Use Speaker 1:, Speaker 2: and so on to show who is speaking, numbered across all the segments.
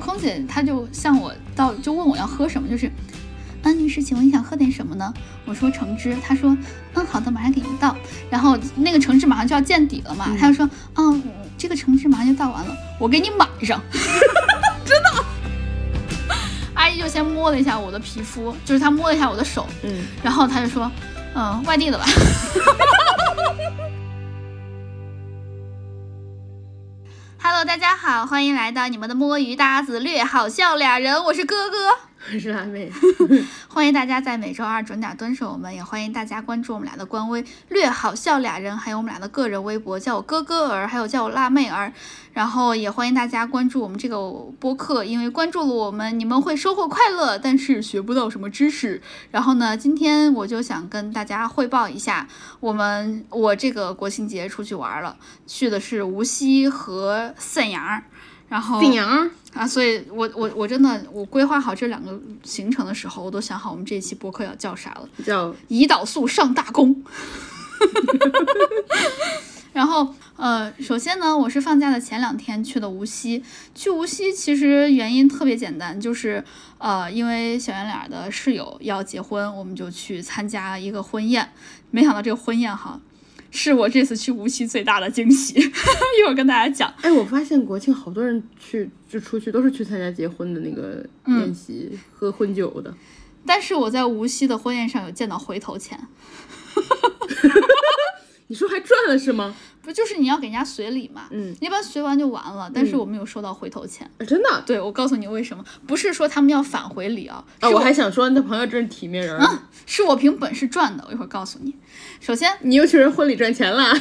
Speaker 1: 空姐她就向我到就问我要喝什么，就是安女士，请问你想喝点什么呢？我说橙汁，她说嗯好的，马上给您到。然后那个橙汁马上就要见底了嘛，她就说嗯这个橙汁马上就倒完了，我给你满上。 阿姨就先摸了一下我的皮肤，就是她摸了一下我的手，
Speaker 2: 嗯，
Speaker 1: 然后她就说嗯外地的吧。Hello，大家好，欢迎来到你们的摸鱼搭子略好笑俩人，我是哥哥。
Speaker 2: 我是阿妹，
Speaker 1: 欢迎大家在每周二准点蹲守我们，也欢迎大家关注我们俩的官微“略好笑俩人”，还有我们俩的个人微博，叫我哥哥儿，还有叫我辣妹儿。然后也欢迎大家关注我们这个播客，因为关注了我们，你们会收获快乐，但是学不到什么知识。然后呢，今天我就想跟大家汇报一下，我们我这个国庆节出去玩了，去的是无锡和沈阳。然后
Speaker 2: 饼阳，
Speaker 1: 啊，所以我我我真的我规划好这两个行程的时候，我都想好我们这一期播客要叫啥了，
Speaker 2: 叫
Speaker 1: 胰岛素上大功。 然后，呃，首先呢，我是放假的前两天去的无锡。去无锡其实原因特别简单，就是呃，因为小圆脸儿的室友要结婚，我们就去参加一个婚宴。没想到这个婚宴哈，是我这次去无锡最大的惊喜。 一会儿跟大家讲。
Speaker 2: 哎，我发现国庆好多人去就出去都是去参加结婚的那个宴席、喝婚酒的，
Speaker 1: 但是我在无锡的婚宴上有见到回头钱，
Speaker 2: 你说还赚了是吗？
Speaker 1: 不就是你要给人家随礼嘛？
Speaker 2: 嗯，
Speaker 1: 一般随完就完了，但是我没有收到回头钱。
Speaker 2: 啊真的啊，
Speaker 1: 对，我告诉你为什么，不是说他们要返回礼啊，是
Speaker 2: 哦
Speaker 1: 啊
Speaker 2: 我还想说你的朋友真是体面人儿，
Speaker 1: 是我凭本事赚的，我一会儿告诉你。首先，
Speaker 2: 你又去人婚礼赚钱了，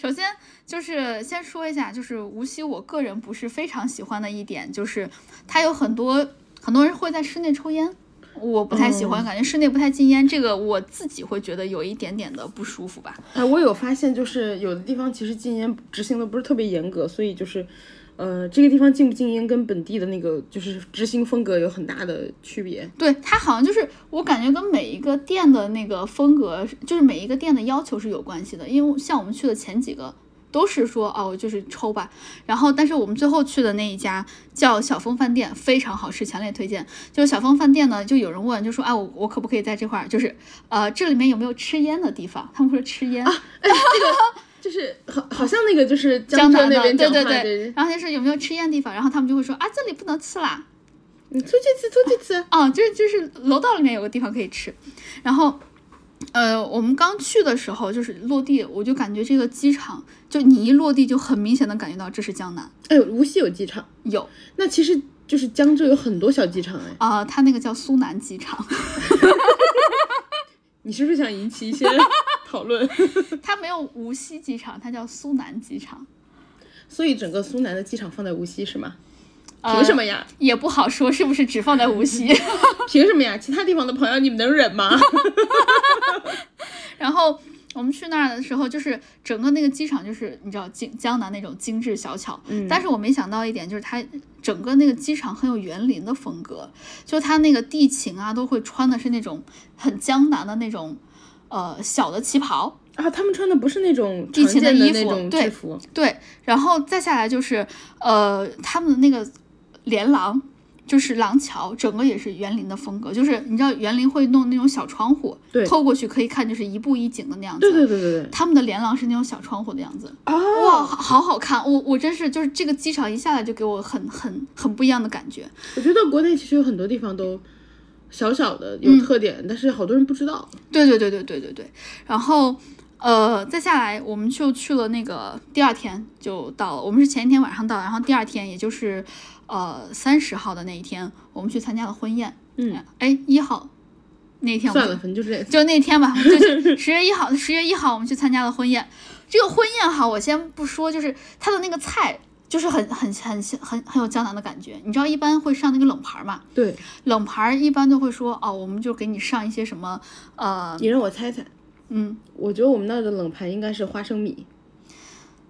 Speaker 1: 首先就是先说一下，就是无锡，我个人不是非常喜欢的一点，就是它有很多很多人会在室内抽烟，我不太喜
Speaker 2: 嗯
Speaker 1: 欢，感觉室内不太禁烟，这个我自己会觉得有一点点的不舒服吧。
Speaker 2: 哎，我有发现，就是有的地方其实禁烟执行的不是特别严格，所以就是，呃，这个地方禁不禁烟跟本地的那个就是执行风格有很大的区别。
Speaker 1: 对，它好像就是我感觉跟每一个店的那个风格，就是每一个店的要求是有关系的。因为像我们去的前几个都是说哦，就是抽吧。然后，但是我们最后去的那一家叫小峰饭店，非常好吃，强烈推荐。就是小峰饭店呢，就有人问，就说啊，我我可不可以在这块儿，就是呃，这里面有没有吃烟的地方？他们说吃
Speaker 2: 啊
Speaker 1: 烟。
Speaker 2: 就是好，好像那个就是
Speaker 1: 江
Speaker 2: 江浙
Speaker 1: 南
Speaker 2: 那
Speaker 1: 的，
Speaker 2: 边
Speaker 1: 对
Speaker 2: 讲话
Speaker 1: 对
Speaker 2: 的人，
Speaker 1: 对，然后就是有没有吃烟的地方，然后他们就会说啊，这里不能吃啦，
Speaker 2: 你出去吃，出去吃。
Speaker 1: 啊，就是就是楼道里面有个地方可以吃，然后。呃，我们刚去的时候就是落地，我就感觉这个机场，就你一落地就很明显的感觉到这是江南，
Speaker 2: 哎呦，无锡有机场，
Speaker 1: 有
Speaker 2: 那其实就是江浙有很多小机场哎。
Speaker 1: 啊、它那个叫苏南机场，
Speaker 2: 你是不是想引起一 些讨论？
Speaker 1: 它没有无锡机场，它叫苏南机场，
Speaker 2: 所以整个苏南的机场放在无锡是吗？
Speaker 1: 呃
Speaker 2: 凭什么呀？
Speaker 1: 也不好说是不是只放在无锡。
Speaker 2: 凭什么呀？其他地方的朋友你们能忍吗？
Speaker 1: 然后我们去那儿的时候，就是整个那个机场就是你知道江江南那种精致小巧，
Speaker 2: 嗯
Speaker 1: 但是我没想到一点，就是它整个那个机场很有园林的风格，就它那个地勤啊都会穿的是那种很江南的那种。呃，小的旗袍，
Speaker 2: 啊，他们穿的不是那种
Speaker 1: 地
Speaker 2: 常
Speaker 1: 勤的
Speaker 2: 见的
Speaker 1: 衣
Speaker 2: 那
Speaker 1: 服
Speaker 2: 种
Speaker 1: 对
Speaker 2: 制服，
Speaker 1: 对，然后再下来就是，呃，他们的那个连廊，就是廊桥，整个也是园林的风格，就是你知道园林会弄那种小窗户，
Speaker 2: 对
Speaker 1: 透过去可以看就是一步一景的那样子，
Speaker 2: 对对对对对。
Speaker 1: 他们的连廊是那种小窗户的样子，
Speaker 2: 哦，
Speaker 1: 哇，好好看！我我真是就是这个机场一下来就给我很很很不一样的感觉。
Speaker 2: 我觉得国内其实有很多地方都小小的有特点，但是好多人不知道。
Speaker 1: 对对对对对对对。然后呃，再下来我们就去了那个第二天就到了，我们是前一天晚上到，然后第二天也就是呃三十号的那一天，我们去参加了婚宴。
Speaker 2: 嗯，
Speaker 1: 哎，一号那天我们
Speaker 2: 算了，反正就是这样。
Speaker 1: 就那天 吧，就是十月一号，十月一号我们去参加了婚宴。这个婚宴哈，我先不说，就是它的那个菜，就是很很很很很有江南的感觉。你知道，一般会上那个冷盘嘛？
Speaker 2: 对，
Speaker 1: 冷盘一般都会说哦，我们就给你上一些什么，呃，
Speaker 2: 你让我猜猜，
Speaker 1: 嗯，
Speaker 2: 我觉得我们那儿的冷盘应该是花生米，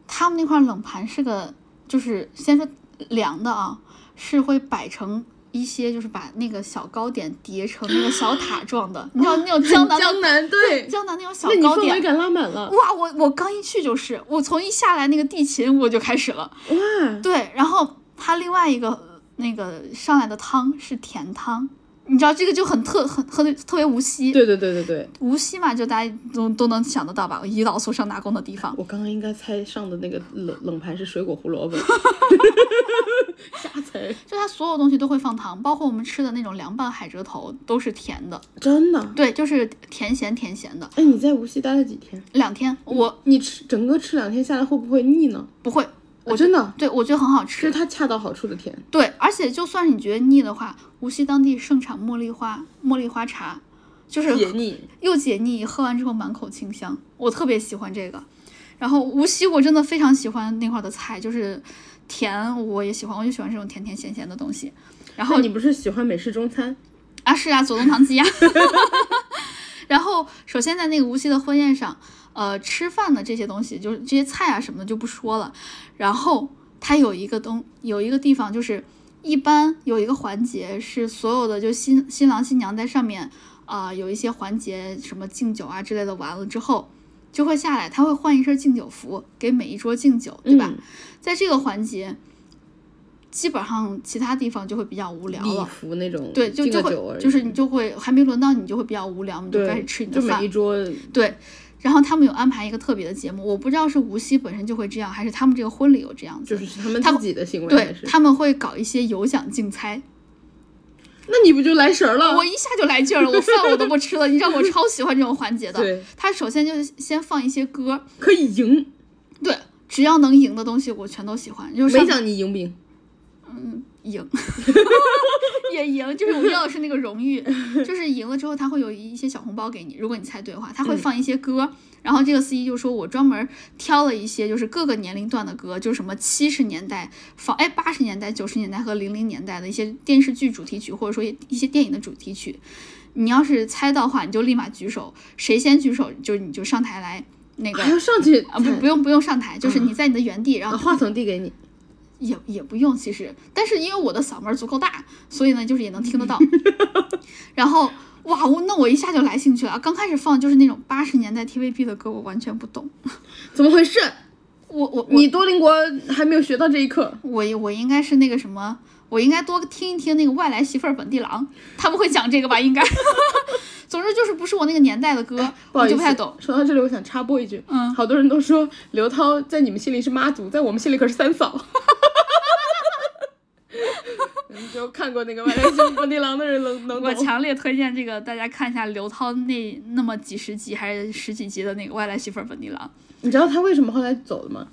Speaker 1: 他们那块冷盘是个，就是先说凉的啊，是会摆成。一些就是把那个小糕点叠成那个小塔状的，你知道那种江南 的
Speaker 2: 哦江南对。
Speaker 1: 江南那种小
Speaker 2: 那你
Speaker 1: 糕
Speaker 2: 氛
Speaker 1: 点
Speaker 2: 围，感拉满了，
Speaker 1: 哇，我我刚一去就是，我从一下来那个地勤我就开始了，
Speaker 2: 哇！
Speaker 1: 对，然后它另外一个呃那个上来的汤是甜汤，你知道这个就很特很很特别无锡，
Speaker 2: 对对对对对，
Speaker 1: 无锡嘛，就大家都都能想得到吧，胰岛素上打工的地方。
Speaker 2: 我刚刚应该猜上的那个冷冷盘是水果 胡萝卜，瞎猜，
Speaker 1: 就它所有东西都会放糖，包括我们吃的那种凉拌海蜇头都是甜的，
Speaker 2: 真的。
Speaker 1: 对，就是甜咸甜咸的。
Speaker 2: 哎，你在无锡待了几天？
Speaker 1: 两天我
Speaker 2: 你吃整个吃两天下来会不会腻呢？
Speaker 1: 不会，
Speaker 2: 我真的，
Speaker 1: 对我觉得很好
Speaker 2: 这
Speaker 1: 吃
Speaker 2: 是。它恰到好处的甜。
Speaker 1: 对，而且就算你觉得腻的话，无锡当地盛产茉莉花茉莉花茶，就是
Speaker 2: 解腻，
Speaker 1: 又解腻，喝完之后满口清香，我特别喜欢这个。然后无锡我真的非常喜欢那块儿的菜，就是甜我也喜欢，我就喜欢这种甜甜咸咸的东西。然后
Speaker 2: 那你不是喜欢美式中餐？
Speaker 1: 啊，是啊，左 宗棠鸡呀、然后，首先在那个无锡的婚宴上，呃，吃饭的这些东西，就是这些菜啊什么的就不说了。然后它有一个东，有一个地方就是，一般有一个环节是所有的就新新郎新娘在上面啊、有一些环节什么敬酒啊之类的完了之后。就会下来，他会换一身敬酒服给每一桌敬酒，对吧？
Speaker 2: 嗯
Speaker 1: 在这个环节，基本上其他地方就会比较无聊
Speaker 2: 礼
Speaker 1: 了。
Speaker 2: 服那种，
Speaker 1: 对，就
Speaker 2: 敬
Speaker 1: 就
Speaker 2: 个嗯酒而
Speaker 1: 会
Speaker 2: 已
Speaker 1: 就是你就会还没轮到你就会比较无聊，你就
Speaker 2: 对，
Speaker 1: 开始吃你的
Speaker 2: 就每
Speaker 1: 饭
Speaker 2: 一。桌
Speaker 1: 对，然后他们有安排一个特别的节目，我不知道是无锡本身就会这样，还是他们这个婚礼有这样子。
Speaker 2: 就是他们
Speaker 1: 他
Speaker 2: 自己的行为，还
Speaker 1: 对
Speaker 2: 是
Speaker 1: 他们会搞一些有奖竞猜，
Speaker 2: 那你不就来神儿了？
Speaker 1: 我一下就来劲儿了，我饭我都不吃了，你知道我超喜欢这种环节的。
Speaker 2: 对，
Speaker 1: 他首先就是先放一些歌，
Speaker 2: 可以赢，
Speaker 1: 对，只要能赢的东西我全都喜欢，就是
Speaker 2: 没
Speaker 1: 上
Speaker 2: 想你赢不赢，
Speaker 1: 赢， 也赢，就是我要的是那个荣誉，就是赢了之后他会有一些小红包给你，如果你猜对的话，他会放一些歌，然后这个司仪就说我专门挑了一些就是各个年龄段的歌，就是什么七十年代放哎八十年代、九十年代和零零年代的一些电视剧主题曲，或者说一些电影的主题曲，你要是猜到的话，你就立马举手，谁先举手就你就上台来那个
Speaker 2: 还。要上去
Speaker 1: 啊，不，嗯啊不用不用上台，就是你在你的原地，然后
Speaker 2: 把话筒递给你，
Speaker 1: 也也不用，其实，但是因为我的嗓门儿足够大，所以呢，就是也能听得 到。然后，哇，我那我一下就来兴趣了。啊刚开始放就是那种八十年代 TVB 的歌，我完全不懂。
Speaker 2: 怎么回事？
Speaker 1: 我我我
Speaker 2: 你多邻国还没有学到这一课，
Speaker 1: 我我应该是那个什么，我应该多听一听那个外来媳妇儿本地郎，他们会讲这个吧？应该。 总之就是不是我那个年代的歌，
Speaker 2: 不好
Speaker 1: 我
Speaker 2: 意
Speaker 1: 就
Speaker 2: 思，
Speaker 1: 哎不太懂。
Speaker 2: 说到这里，我想插播一句，
Speaker 1: 嗯
Speaker 2: 好多人都说刘涛在你们心里是妈祖，在我们心里可是三 嫂。你们就看过那个《外来媳妇本地郎》的人能能
Speaker 1: 我
Speaker 2: 懂。
Speaker 1: 强烈推荐这个，大家看一下刘涛那那么几十集还是十几集的那个外来媳妇儿本地郎，
Speaker 2: 你知道她为什么后来走了吗？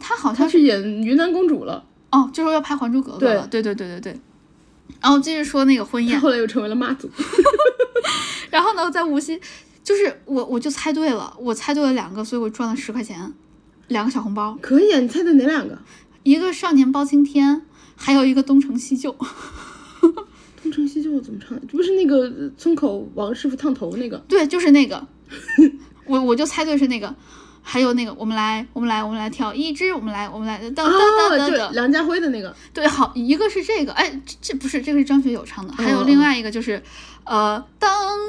Speaker 1: 他好像
Speaker 2: 她去演云南公主了，
Speaker 1: 哦，就是要拍《还珠格格》了。对对对对对。然后接着说那个婚
Speaker 2: 她
Speaker 1: 宴，
Speaker 2: 后来又成为了妈祖。
Speaker 1: 然后呢，在无锡，就是我我就猜对了，我猜对了两个，所以我赚了十块钱，两个小红包，
Speaker 2: 可以啊，你猜的哪两个？
Speaker 1: 一个少年包青天，还有一个东成西就。
Speaker 2: 东成西就怎么唱来着？不是那个呃村口王师傅烫头那个？
Speaker 1: 对，就是那个， 我我就猜对是那个，还有那个，我们来我们来我们来跳一支，我们来我们来噔噔
Speaker 2: 哦，
Speaker 1: 噔
Speaker 2: 就
Speaker 1: 噔噔。
Speaker 2: 梁家辉的那个。
Speaker 1: 对，好，一个是这个，哎，这这不是这个是张学友唱的，还有
Speaker 2: 嗯
Speaker 1: 另外一个就是，呃，噔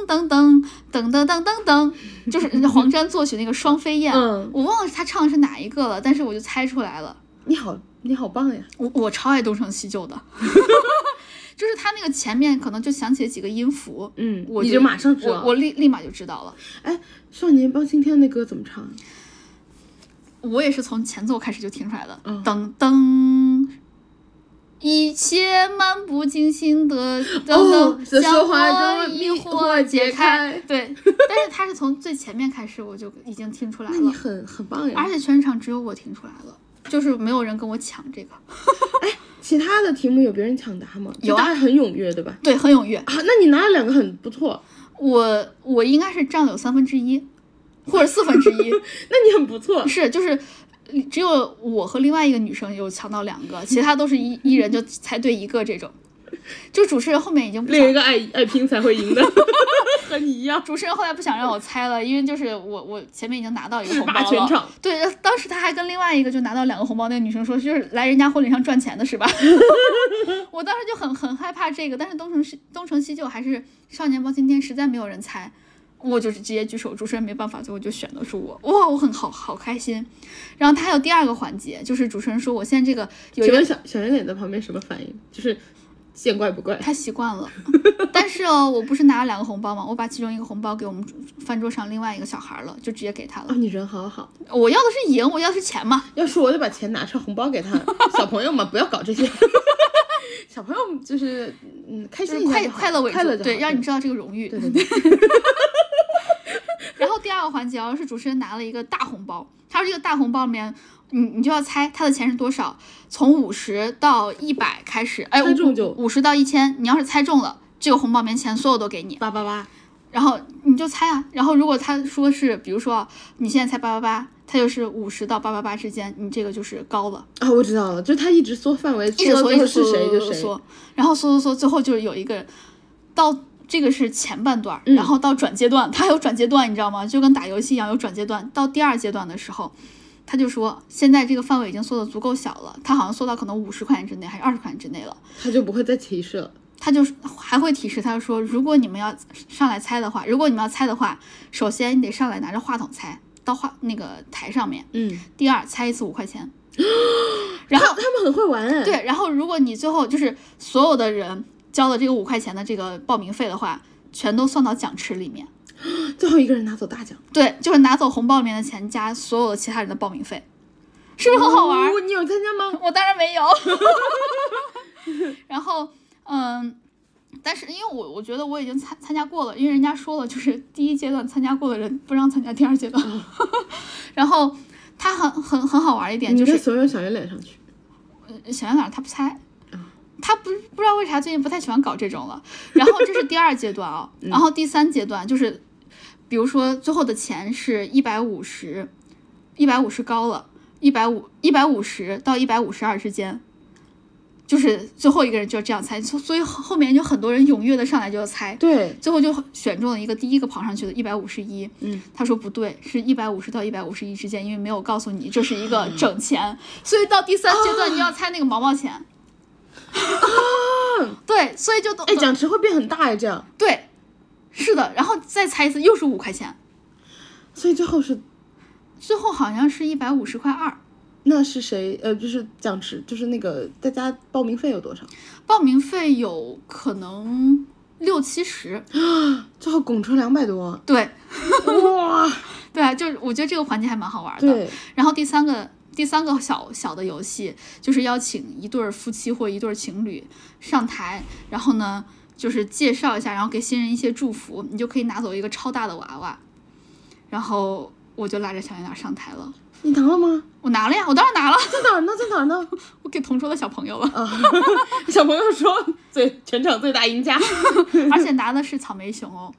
Speaker 1: 噔噔噔噔噔噔噔，就是黄沾作曲那个《双飞燕》，
Speaker 2: 嗯，
Speaker 1: 我忘了他唱的是哪一个了，但是我就猜出来了，
Speaker 2: 你好，你好棒呀！
Speaker 1: 我我超爱东成西就的， 就是他那个前面可能就想起了几个音符，
Speaker 2: 嗯
Speaker 1: 我
Speaker 2: 你就马上知
Speaker 1: 我
Speaker 2: 道。
Speaker 1: 我立立马就知道了，
Speaker 2: 哎，少年包青天那歌怎么唱？啊
Speaker 1: 我也是从前奏开始就听出来的，
Speaker 2: 嗯
Speaker 1: 噔噔。一切漫不经心的噔
Speaker 2: 哦
Speaker 1: 噔，
Speaker 2: 这
Speaker 1: 将
Speaker 2: 说话
Speaker 1: 我
Speaker 2: 中
Speaker 1: 疑
Speaker 2: 迷
Speaker 1: 惑
Speaker 2: 惑
Speaker 1: 解
Speaker 2: 解
Speaker 1: 开
Speaker 2: 开。
Speaker 1: 对，但是他是从最前面开始，我就已经听出来
Speaker 2: 那你
Speaker 1: 了，
Speaker 2: 很很棒哎呀
Speaker 1: 而！且全场只有我听出来了，就是没有人跟我抢这个，
Speaker 2: 其他的题目有别人抢答吗？
Speaker 1: 有啊
Speaker 2: 就大家很踊跃，对吧？
Speaker 1: 对，很踊跃。
Speaker 2: 啊，那你拿了两个很不错，
Speaker 1: 我我应该是占了有三分之一，或者四分之一，
Speaker 2: 那你很 不错。
Speaker 1: 是，就是只有我和另外一个女生有抢到两个，其他都是一一人就猜对一个这种。就主持人后面已经不
Speaker 2: 另一
Speaker 1: 想，
Speaker 2: 个爱爱拼才会 赢的，和你一样。
Speaker 1: 主持人后来不想让我猜了，因为就是我我前面已经拿到一个
Speaker 2: 制
Speaker 1: 红包
Speaker 2: 霸全
Speaker 1: 了
Speaker 2: 场。
Speaker 1: 对，呃当时他还跟另外一个就拿到两个红包那个女生说，就是来人家婚礼上赚钱的是吧？ 我当时就很很害怕这个，但是东成西东成西就还是少年包青天，实在没有人猜。我就是直接举手助阵，没办法，最后就选的是我，哇，我很好好开心。然后他还有第二个环节，就是主持人说我现在这个有一
Speaker 2: 请
Speaker 1: 个
Speaker 2: 问小小圆脸在旁边什么反应？就是见怪 不怪。
Speaker 1: 他习惯了，但是哦，我不是拿了两个红包嘛，我把其中一个红包给我们饭桌上另外一个小孩了，就直接给他
Speaker 2: 哦，
Speaker 1: 了。
Speaker 2: 你人好好。
Speaker 1: 我要的是赢，我要的是钱嘛。
Speaker 2: 要是我就把钱拿上红包 给他。小朋友嘛，不要搞这些。小朋友就是嗯，开
Speaker 1: 就
Speaker 2: 心
Speaker 1: 是
Speaker 2: 一
Speaker 1: 快
Speaker 2: 下就好
Speaker 1: 快乐为主，
Speaker 2: 快乐就好
Speaker 1: 对，让你知道这个荣誉。
Speaker 2: 对对对，
Speaker 1: 然后第二个环节哦是主持人拿了一个大红包，他说这个大红包里面，你你就要猜他的钱是多少，从五十到一百开始，哎，
Speaker 2: 猜中就
Speaker 1: 五十到一千，你要是猜中了，这个红包里面钱所有都给你，
Speaker 2: 八八八。
Speaker 1: 然后你就猜啊。然后如果他说是，比如说啊你现在猜八八八，他就是五十到八八八之间，你这个就是高了，
Speaker 2: 啊，我知道了，就是他一直缩范围，
Speaker 1: 一直
Speaker 2: 缩
Speaker 1: 缩
Speaker 2: 到
Speaker 1: 一
Speaker 2: 最后
Speaker 1: 直
Speaker 2: 是
Speaker 1: 缩
Speaker 2: 谁就
Speaker 1: 缩
Speaker 2: 谁。
Speaker 1: 缩，然后缩缩缩，最后就是有一个到。这个是前半段儿，
Speaker 2: 嗯
Speaker 1: 然后到转阶段，它还有转阶段，你知道吗？就跟打游戏一样，有转阶段。到第二阶段的时候，他就说现在这个范围已经缩的足够小了，他好像缩到可能五十块钱之内还是二十块钱之内了。
Speaker 2: 他就不会再提示了。
Speaker 1: 他就是还会提示他说，如果你们要上来猜的话，如果你们要猜的话，首先你得上来拿着话筒猜到话那个台上面。
Speaker 2: 嗯，
Speaker 1: 第二，猜一次五块钱。然后
Speaker 2: 他们很会玩哎。，
Speaker 1: 对，然后如果你最后就是所有的人交了这个五块钱的这个报名费的话，全都算到奖池里面。
Speaker 2: 最后一个人拿走大奖，
Speaker 1: 对，就是拿走红包里面的钱加所有其他人的报名费，是不是很好玩儿？
Speaker 2: 哦你有参加吗？
Speaker 1: 我当然没有。 然后，嗯，但是因为我我觉得我已经参参加过了，因为人家说了，就是第一阶段参加过的人不让参加第二阶段。 然后他很很很好玩一点，
Speaker 2: 你
Speaker 1: 就
Speaker 2: 该
Speaker 1: 是
Speaker 2: 怂恿小圆脸上去。
Speaker 1: 小圆脸他不猜。他不不知道为啥最近不太喜欢搞这种了，然后这是第二阶段啊、然后第三阶段就是，比如说最后的钱是一百五十，一百五十高了，一百五一百五十到一百五十二之间，就是最后一个人就这样猜，所所以后后面就很多人踊跃的上来就要猜，
Speaker 2: 对，
Speaker 1: 最后就选中了一个第一个跑上去的，一百五十一。
Speaker 2: 嗯，
Speaker 1: 他说不对，是一百五十到一百五十一之间，因为没有告诉你这是一
Speaker 2: 嗯
Speaker 1: 个整钱，所以到第三阶
Speaker 2: 啊
Speaker 1: 段你要猜那个毛毛钱。 对，所以就都
Speaker 2: 哎，奖池会变很大哎，这样，
Speaker 1: 对，是的，然后再猜一次又是五块钱，
Speaker 2: 所以最后是
Speaker 1: 最后好像是一百五十块二。
Speaker 2: 那是谁？呃，就是奖池，就是那个大家报名费有多少？
Speaker 1: 报名费有可能六七十，，
Speaker 2: 最后拱出两百多
Speaker 1: 对
Speaker 2: 哇！
Speaker 1: 对啊，就是我觉得这个环节还蛮好玩的。
Speaker 2: 对，
Speaker 1: 然后第三个第三个小小的游戏就是邀请一对儿夫妻或一对儿情侣上台，然后呢就是介绍一下，然后给新人一些祝福，你就可以拿走一个超大的娃娃。然后我就拉着小圆脸上台了，
Speaker 2: 你拿了吗？
Speaker 1: 我拿了呀，我当然拿了，
Speaker 2: 在哪儿呢？在哪儿呢？
Speaker 1: 我给同桌的小朋友 了，
Speaker 2: 啊，小朋友说最全场最大赢家，
Speaker 1: 而且拿的是草莓熊哦。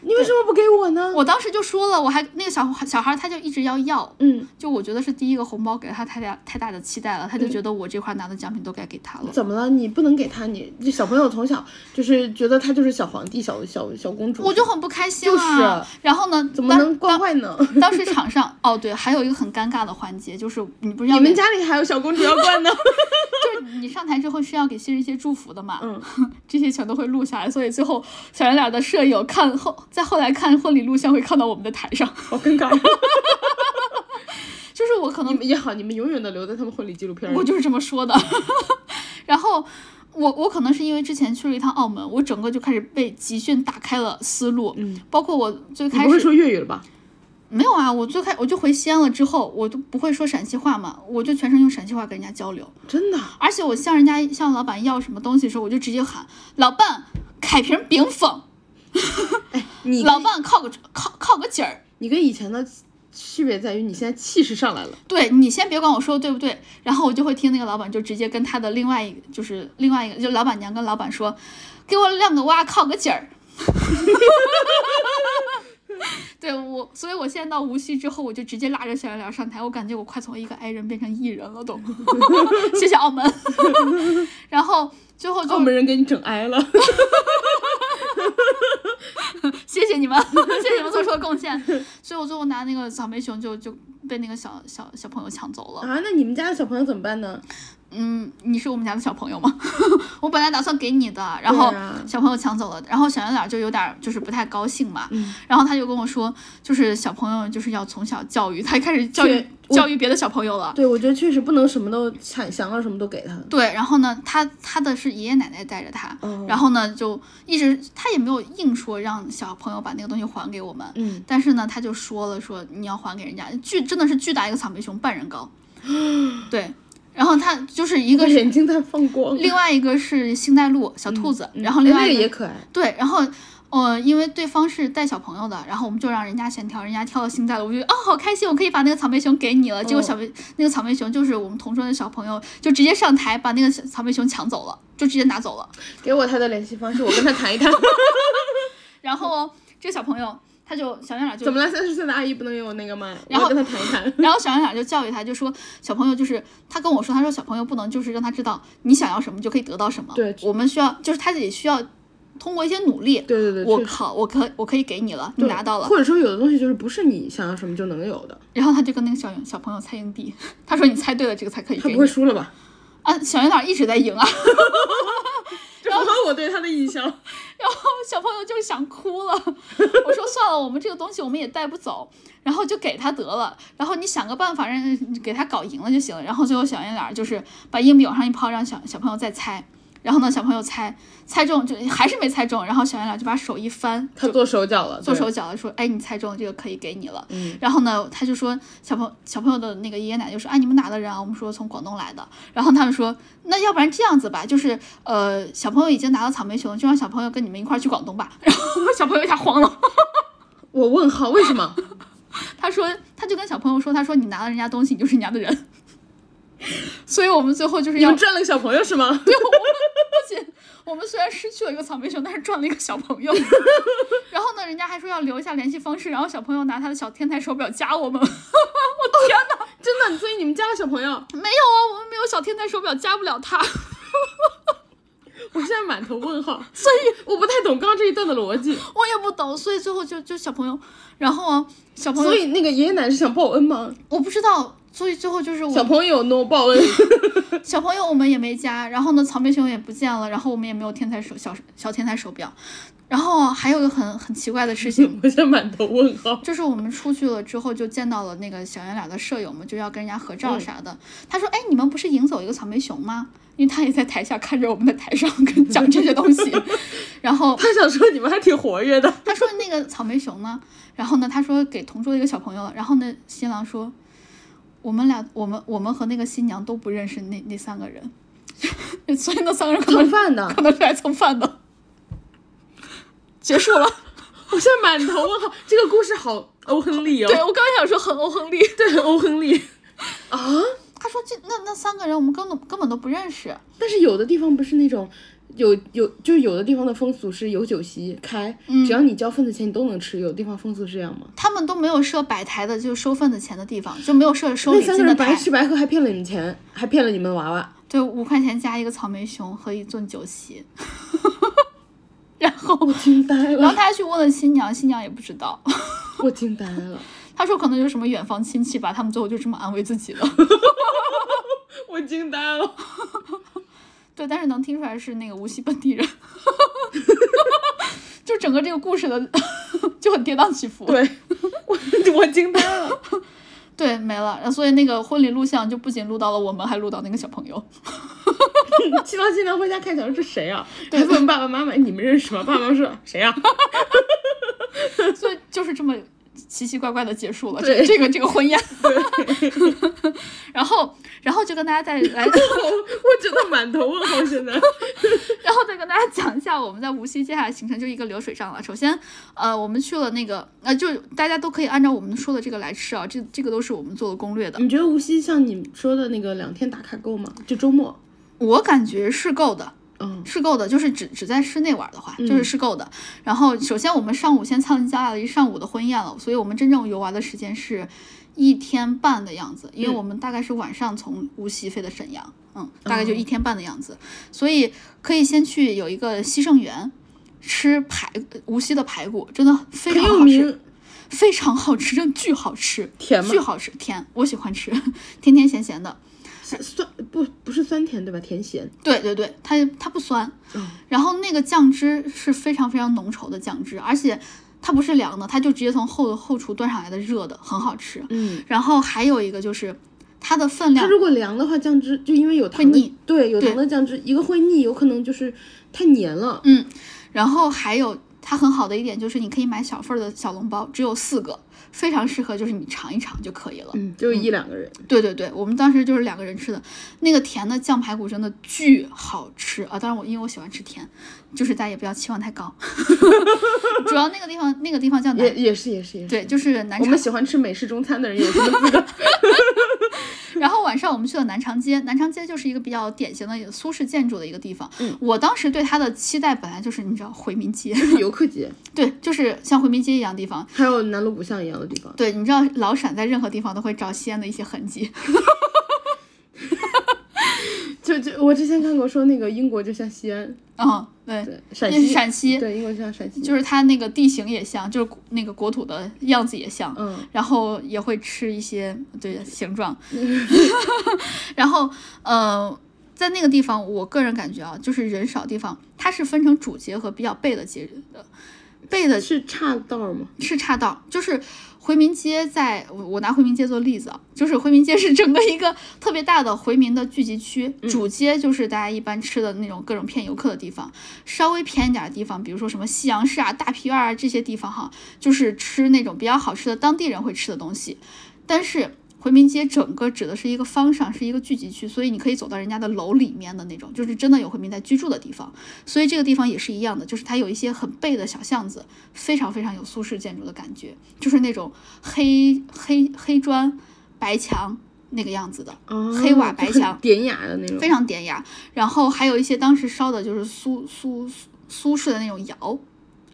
Speaker 2: 你为什么不给我呢？
Speaker 1: 我当时就说了，我还那个小小孩他就一直要要，
Speaker 2: 嗯，
Speaker 1: 就我觉得是第一个红包给了他太大太大的期待了，他就觉得我这块拿的奖品都该给他了。
Speaker 2: 怎么了？你不能给他，你这小朋友从小就是觉得他就是小皇帝、小小小公主，
Speaker 1: 我就很不开心
Speaker 2: 就是啊
Speaker 1: 啊。然后呢，
Speaker 2: 怎么能惯坏 呢？
Speaker 1: 当当时场上哦，对，还有一个很尴尬的环节，就是你不是要
Speaker 2: 你们
Speaker 1: 给
Speaker 2: 家里还有小公主要惯呢？
Speaker 1: 就是你上台之后是要给新人一些祝福的嘛，
Speaker 2: 嗯，
Speaker 1: 这些全都会录下来，所以最后小圆脸的舍友看后在后来看婚礼录像会看到我们的台上，
Speaker 2: 好尴尬。
Speaker 1: 就是我可
Speaker 2: 你
Speaker 1: 能
Speaker 2: 们也好，你们永远的留在他们婚礼纪录片里
Speaker 1: 我。就是这么说的， 然后。我我可能是因为之前去了一趟澳门，我整个就开始被集训打开了思路，
Speaker 2: 嗯，
Speaker 1: 包括我最
Speaker 2: 你
Speaker 1: 开
Speaker 2: 不会
Speaker 1: 始
Speaker 2: 说粤语了吧？
Speaker 1: 没有啊，我最开我就回西安了之后，我就不会说陕西话嘛，我就全程用陕西话跟人家交流。
Speaker 2: 真的？
Speaker 1: 而且我向人家向老板要什么东西的时候，我就直接喊老伴开瓶冰粉，
Speaker 2: 你
Speaker 1: 老伴靠个靠靠个劲儿。
Speaker 2: 你跟以前的区别在于，你现在气势上来了。
Speaker 1: 对你先别管我说的对不对，然后我就会听那个老板就直接跟他的另外一个就是另外一个就老板娘跟老板说，给我亮个娃靠个劲儿。 对我，所以我现在到无锡之后，我就直接拉着小圆脸上台，我感觉我快从一个 I 人变成 E 人了，都。 谢谢澳门。 然后最后就
Speaker 2: 澳门人给你整挨了，
Speaker 1: 谢谢你们， 谢谢你们做出的贡献。所以我最后拿那个草莓熊就就被那个小小小朋友抢走了。
Speaker 2: 哦啊？那你们家的小朋友怎么办呢？
Speaker 1: 嗯，你是我们家的小朋友吗？ 我本来打算给你的，然后
Speaker 2: 对啊
Speaker 1: 小朋友抢走了，然后小圆脸就有点儿就是不太高兴嘛，
Speaker 2: 嗯
Speaker 1: 然后他就跟我说，就是小朋友就是要从小教育，他开始教育
Speaker 2: 对我
Speaker 1: 教育别的小朋友了。
Speaker 2: 对，我觉得确实不能什么都想想要什么都给他。
Speaker 1: 对，然后呢，他他的是爷爷奶奶带着他，
Speaker 2: 哦
Speaker 1: 然后呢就一直他也没有硬说让小朋友把那个东西还给我们，
Speaker 2: 嗯，
Speaker 1: 但是呢他就说了说你要还给人家，巨真的是巨大一个草莓熊半人 高，对，然后他就是一
Speaker 2: 一
Speaker 1: 个
Speaker 2: 个
Speaker 1: 是
Speaker 2: 眼睛在放光，
Speaker 1: 另外一个是星黛露小兔子，然后
Speaker 2: 哎
Speaker 1: 另
Speaker 2: 那
Speaker 1: 外
Speaker 2: 个
Speaker 1: 一
Speaker 2: 也可爱。
Speaker 1: 对，然后呃，因为对方是带小朋友的，然后我们就让人家先挑，人家挑了星黛露，我就觉得哦好开心，我可以把那个草莓熊给你了。结果小
Speaker 2: 嗯
Speaker 1: 莓、那个草莓熊就是我们同桌的小朋友，就直接上台把那个小草莓熊抢走了，就直接拿走了。
Speaker 2: 给我他的联系方式，我跟他谈一谈。
Speaker 1: 然后这个小朋友他就小圆脸就
Speaker 2: 怎么了？三十岁的阿姨不能有那个吗？
Speaker 1: 然后
Speaker 2: 我跟他谈一谈。
Speaker 1: 然后小圆脸就教育他，就说小朋友就是他跟我说，他说小朋友不能就是让他知道你想要什么就可以得到什么，
Speaker 2: 对
Speaker 1: 我们需要就是他自己需要通过一些努力。
Speaker 2: 对对对，
Speaker 1: 我
Speaker 2: 确实
Speaker 1: 靠，我可我可以给你了，你拿到了。
Speaker 2: 或者说有的东西就是不是你想要什么就能有的，
Speaker 1: 然后他就跟那个小小朋友猜硬币， 他说你猜对了，这个才可以
Speaker 2: 他
Speaker 1: 给
Speaker 2: 不
Speaker 1: 你
Speaker 2: 会输了吧？
Speaker 1: 啊。小圆脸一直在赢啊，
Speaker 2: 这符合我对他的印象。
Speaker 1: 然后小朋友就想哭了。 我说算了，我们这个东西我们也带不走，然后就给他得了。然后你想个办法让给他搞赢了就行了。然后最后小圆脸就是把硬币往上一抛，让小小朋友再猜。然后呢，小朋友猜猜中就还是没猜中，然后小圆脸就把手一翻，
Speaker 2: 他做手脚了，
Speaker 1: 做
Speaker 2: 对
Speaker 1: 手脚了，说：“哎，你猜中了，这个可以给你了。
Speaker 2: 嗯
Speaker 1: 然后呢，他就说小朋友小朋友的那个爷爷奶奶就说：“哎，你们哪的人啊？”我们说从广东来的。然后他们说：“那要不然这样子吧，就是呃，小朋友已经拿到草莓熊，就让小朋友跟你们一块儿去广东吧。”然后小朋友一下慌了，
Speaker 2: 我问号为什么？
Speaker 1: 他说：“他就跟小朋友说，他说你拿了人家东西，你就是人家的人。”所以我们最后就是
Speaker 2: 你
Speaker 1: 要
Speaker 2: 们占了个小朋友是 吗？
Speaker 1: 对，我们不仅我们虽然失去了一个草莓熊，但是赚了一个小朋友。然后呢，人家还说要留一下联系方式，然后小朋友拿他的小天才手表加我们。
Speaker 2: 真的，所以你们家的小朋
Speaker 1: 没
Speaker 2: 友，
Speaker 1: 有啊，我们没有小天才手表，加不了他。
Speaker 2: 我现在满头 问号，所以我不太懂刚刚这一段的逻辑。
Speaker 1: 我也不懂，所以最后就就小朋友，然后啊，小朋
Speaker 2: 所
Speaker 1: 友
Speaker 2: 以那个爷爷奶奶是想报恩吗？
Speaker 1: 我不知道。所以最后就是我
Speaker 2: 小朋友 no 报恩，
Speaker 1: 小朋友我们也没加，然后呢，草莓熊也不见了，然后我们也没有天才手小小天才手表，然后啊还有一个很很奇怪的事情，
Speaker 2: 我现在满头问 号。
Speaker 1: 就是我们出去了之后，就见到了那个小圆脸的舍友们，就要跟人家合照啥的。他说：“哎，你们不是赢走一个草莓熊吗？”因为他也在台下看着我们在台上 跟讲这些东西。然后
Speaker 2: 他想说你们还挺活跃的，
Speaker 1: 他说：“那个草莓熊呢？”然后呢，他说给同桌的一个小朋友了。然后呢，新郎说：“我们俩，我们我们和那个新娘都不认识那那三个人，所以那三个人可
Speaker 2: 蹭
Speaker 1: 能
Speaker 2: 饭的。
Speaker 1: 可能是来蹭饭的。”结束了。
Speaker 2: 我现在满头问号，这个故事好欧亨利
Speaker 1: 对
Speaker 2: 哦，
Speaker 1: 我刚想说很欧亨利。
Speaker 2: 对，很欧亨利啊。
Speaker 1: 他说这那那三个人我们根本根本都不认识，
Speaker 2: 但是有的地方不是那种有有，就是有的地方的风俗是有酒席开，只要你交份子钱，你都能吃。有的地方风俗是这样吗？
Speaker 1: 他们都没有设摆台的，就是收份子钱的地方，就没有设收
Speaker 2: 那
Speaker 1: 礼
Speaker 2: 三个
Speaker 1: 金
Speaker 2: 人
Speaker 1: 的
Speaker 2: 白
Speaker 1: 台。
Speaker 2: 吃白喝，还骗了你们钱，还骗了你们娃娃。
Speaker 1: 对，五块钱加一个草莓熊和一顿酒席， 然后
Speaker 2: 我惊呆
Speaker 1: 然后
Speaker 2: 了，
Speaker 1: 他还去问了新娘，新娘也不知道，
Speaker 2: 我惊呆了，
Speaker 1: 他说可能就是什么远房亲戚吧，他们最后就这么安慰自己了。
Speaker 2: 我惊呆了。
Speaker 1: 对，但是能听出来是那个无锡本地人， 就整个这个故事的 就很跌宕起伏。
Speaker 2: 对，我我惊呆 了。
Speaker 1: 对，没了。所以那个婚礼录像就不仅录到了我们，还录到那个小朋友。
Speaker 2: 新郎新娘回家看小孩这谁啊？还问爸爸妈妈，哎你们认识吗？爸爸妈妈说谁啊？
Speaker 1: 所以就是这么奇奇怪怪的结束了
Speaker 2: 对
Speaker 1: 这这个这个婚宴。 然后，然后就跟大家再来，
Speaker 2: 我我真的满头问号，现在。
Speaker 1: 然后再跟大家讲一下我们在无锡接下来行程就一个流水账了。首先，呃，我们去了那个，呃，就大家都可以按照我们说的这个来吃啊，这这个都是我们做的攻略的。
Speaker 2: 你觉得无锡像你说的那个两天打卡够吗？就周末？
Speaker 1: 我感觉是够的，
Speaker 2: 嗯，
Speaker 1: 是够的，就是只只在室内玩的话，就是是够的。然后，首先我们上午先参加了一上午的婚宴了，所以我们真正游玩的时间是一天半的样子，因
Speaker 2: 嗯
Speaker 1: 为我们大概是晚上从无锡飞的沈阳，嗯，大
Speaker 2: 哦
Speaker 1: 概就一天半的样子，所以可以先去有一个西盛园。吃排无锡的排骨真的非
Speaker 2: 很
Speaker 1: 常
Speaker 2: 有
Speaker 1: 好吃，
Speaker 2: 名，
Speaker 1: 非常好吃，真的巨好吃，
Speaker 2: 甜 吗
Speaker 1: 巨好吃，甜，我喜欢吃，甜甜咸咸的。
Speaker 2: 酸不不是酸甜对吧？甜咸。
Speaker 1: 对对对，它它不酸，
Speaker 2: 哦
Speaker 1: 然后那个酱汁是非常非常浓稠的酱汁，而且它不是凉的，它就直接从后后厨端上来的热的，很好吃。
Speaker 2: 嗯，
Speaker 1: 然后还有一个就是它的分
Speaker 2: 它
Speaker 1: 量，
Speaker 2: 如果凉的话，酱汁就因为有糖
Speaker 1: 会
Speaker 2: 的
Speaker 1: 腻，
Speaker 2: 对，有
Speaker 1: 对
Speaker 2: 糖的酱汁，一个会腻，有可能就是太黏了。
Speaker 1: 然后还有它很好的一点就是你可以买小份儿的小笼包，只有四个，非常适合就是你尝一尝就可以了。
Speaker 2: 嗯，就一两个人。
Speaker 1: 对对对，我们当时就是两个人吃的，那个甜的酱排骨真的巨好吃啊！当然我因为我喜欢吃甜，就是大家也不要期望太高。 主要那个地方那个地方叫
Speaker 2: 也
Speaker 1: 南，
Speaker 2: 也是也是也是。
Speaker 1: 对，就是南
Speaker 2: 我
Speaker 1: 昌
Speaker 2: 们喜欢吃美式中餐的人也是这么 资格。
Speaker 1: 然后晚上我们去了南长街，南长街就是一个比较典型的苏式建筑的一个地方。
Speaker 2: 嗯，
Speaker 1: 我当时对它的期待本来就是你知道回民街，
Speaker 2: 就是游客街，
Speaker 1: 对，就是像回民街一样的地方。
Speaker 2: 还有南锣鼓巷一样的地方。
Speaker 1: 对，你知道老陕在任何地方都会找西安的一些痕迹。
Speaker 2: 就就我之前看过说那个英国就像西安，
Speaker 1: 嗯，对，
Speaker 2: 对，陕
Speaker 1: 那是
Speaker 2: 西，
Speaker 1: 陕西，
Speaker 2: 对，英国就像陕西，
Speaker 1: 就是它那个地形也像，就是古那个国土的样子也像。
Speaker 2: 嗯，
Speaker 1: 然后也会吃一些对形状， 然后呃，在那个地方，我个人感觉啊，就是人少地方，它是分成主节和比较背的节的，背的
Speaker 2: 是岔道儿吗？
Speaker 1: 是岔道，就是回民街在，我我拿回民街做例子啊，就是回民街是整个一个特别大的回民的聚集区，主街就是大家一般吃的那种各种骗游客的地方，稍微偏一点的地方，比如说什么西洋市啊、大皮院啊这些地方哈，就是吃那种比较好吃的当地人会吃的东西，但是。回民街整个指的是一个方向，是一个聚集区，所以你可以走到人家的楼里面的那种，就是真的有回民在居住的地方。所以这个地方也是一样的，就是它有一些很背的小巷子，非常非常有苏式建筑的感觉，就是那种黑黑黑砖白墙那个样子的，
Speaker 2: 哦，
Speaker 1: 黑瓦白
Speaker 2: 就很
Speaker 1: 墙
Speaker 2: 典雅的那种，
Speaker 1: 非常典雅。然后还有一些当时烧的就是苏苏苏苏式的那种窑，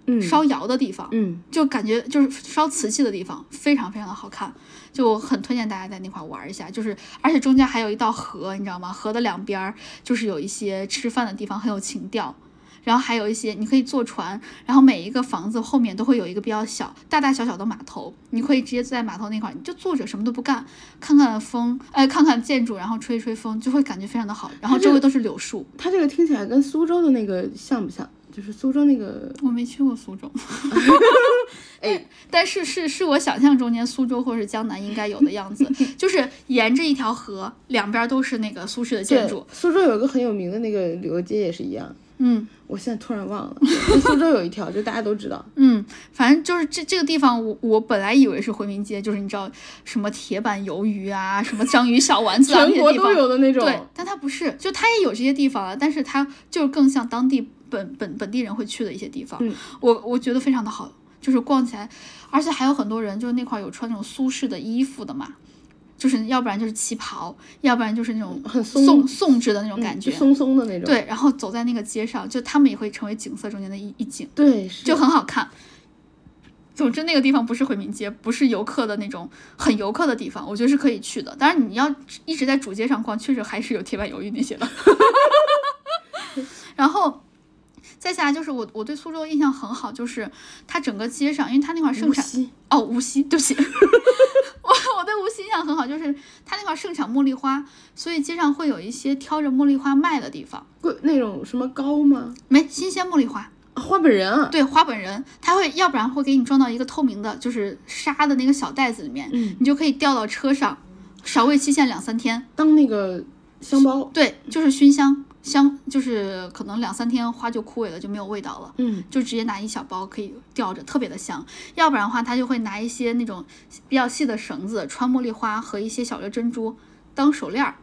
Speaker 2: 嗯
Speaker 1: 烧窑的地方，
Speaker 2: 嗯，
Speaker 1: 就感觉就是烧瓷器的地方，非常非常的好看，就很推荐大家在那块儿玩一下。就是而且中间还有一道河，你知道吗？河的两边儿就是有一些吃饭的地方，很有情调。然后还有一些你可以坐船，然后每一个房子后面都会有一个比较小、大大小小的码头，你可以直接在码头那块儿，你就坐着什么都不干，看看风，哎，看看建筑，然后吹一吹风，就会感觉非常的好。然后周围都是柳树，
Speaker 2: 它这个听起来跟苏州的那个像不像？就是苏州那个，
Speaker 1: 我没去过苏州，
Speaker 2: 哎，
Speaker 1: 但是是是我想象中间苏州或是江南应该有的样 子，就是沿着一条河，两边都是那个苏式的建
Speaker 2: 对
Speaker 1: 筑，，
Speaker 2: 苏州有一个很有名的那个旅游街也是一样，
Speaker 1: 嗯
Speaker 2: 我现在突然 忘了，就苏州有一条，就大家都知道，
Speaker 1: 嗯，反正就是这这个地方我，我本来以为是回民街，就是你知道什么铁板鱿鱼啊，什么章鱼小丸子啊，
Speaker 2: 全国
Speaker 1: 那些地
Speaker 2: 都
Speaker 1: 方
Speaker 2: 有的
Speaker 1: 对
Speaker 2: 那种，，但
Speaker 1: 但它不是，就它也有这些地方啊，但是它就是更像当地本本本地人会去的一些地方。
Speaker 2: 嗯
Speaker 1: 我我觉得非常的好，就是逛起来，而且还有很多人就是那块儿有穿那种苏式的衣服的嘛，就是要不然就是旗袍，要不然就是那种
Speaker 2: 很松
Speaker 1: 宋宋制的那种感
Speaker 2: 嗯
Speaker 1: 觉
Speaker 2: 就。松松的那种，
Speaker 1: 对，然后走在那个街上，就他们也会成为景色中间的一一景。
Speaker 2: 对，是
Speaker 1: 就很好看。总之，那个地方不是回民街，不是游客的那种很游客的地方，我觉得是可以去的。当然，你要一直在主街上逛，确实还是有铁板鱿鱼那些的。 然后再下来就是我我对苏州印象很好，就是它整个街上，因为它那块儿盛
Speaker 2: 无
Speaker 1: 产
Speaker 2: 锡，
Speaker 1: 哦，无锡，对不起， 我我对无锡印象很好，就是它那块儿盛产茉莉花，所以街上会有一些挑着茉莉花卖的地方，
Speaker 2: 贵那种什么糕吗？
Speaker 1: 没新鲜茉莉花，
Speaker 2: 啊，花本人啊，
Speaker 1: 对，花本人，他会要不然会给你装到一个透明的，就是纱的那个小袋子里面，
Speaker 2: 嗯
Speaker 1: 你就可以吊到车上，少味期限两三天。
Speaker 2: 当那个香包，
Speaker 1: 对，就是熏香，香就是可能两三天花就枯萎了，就没有味道了。
Speaker 2: 嗯，
Speaker 1: 就直接拿一小包可以吊着，特别的香。要不然的话，他就会拿一些那种比较细的绳子穿茉莉花和一些小粒珍珠当手链儿，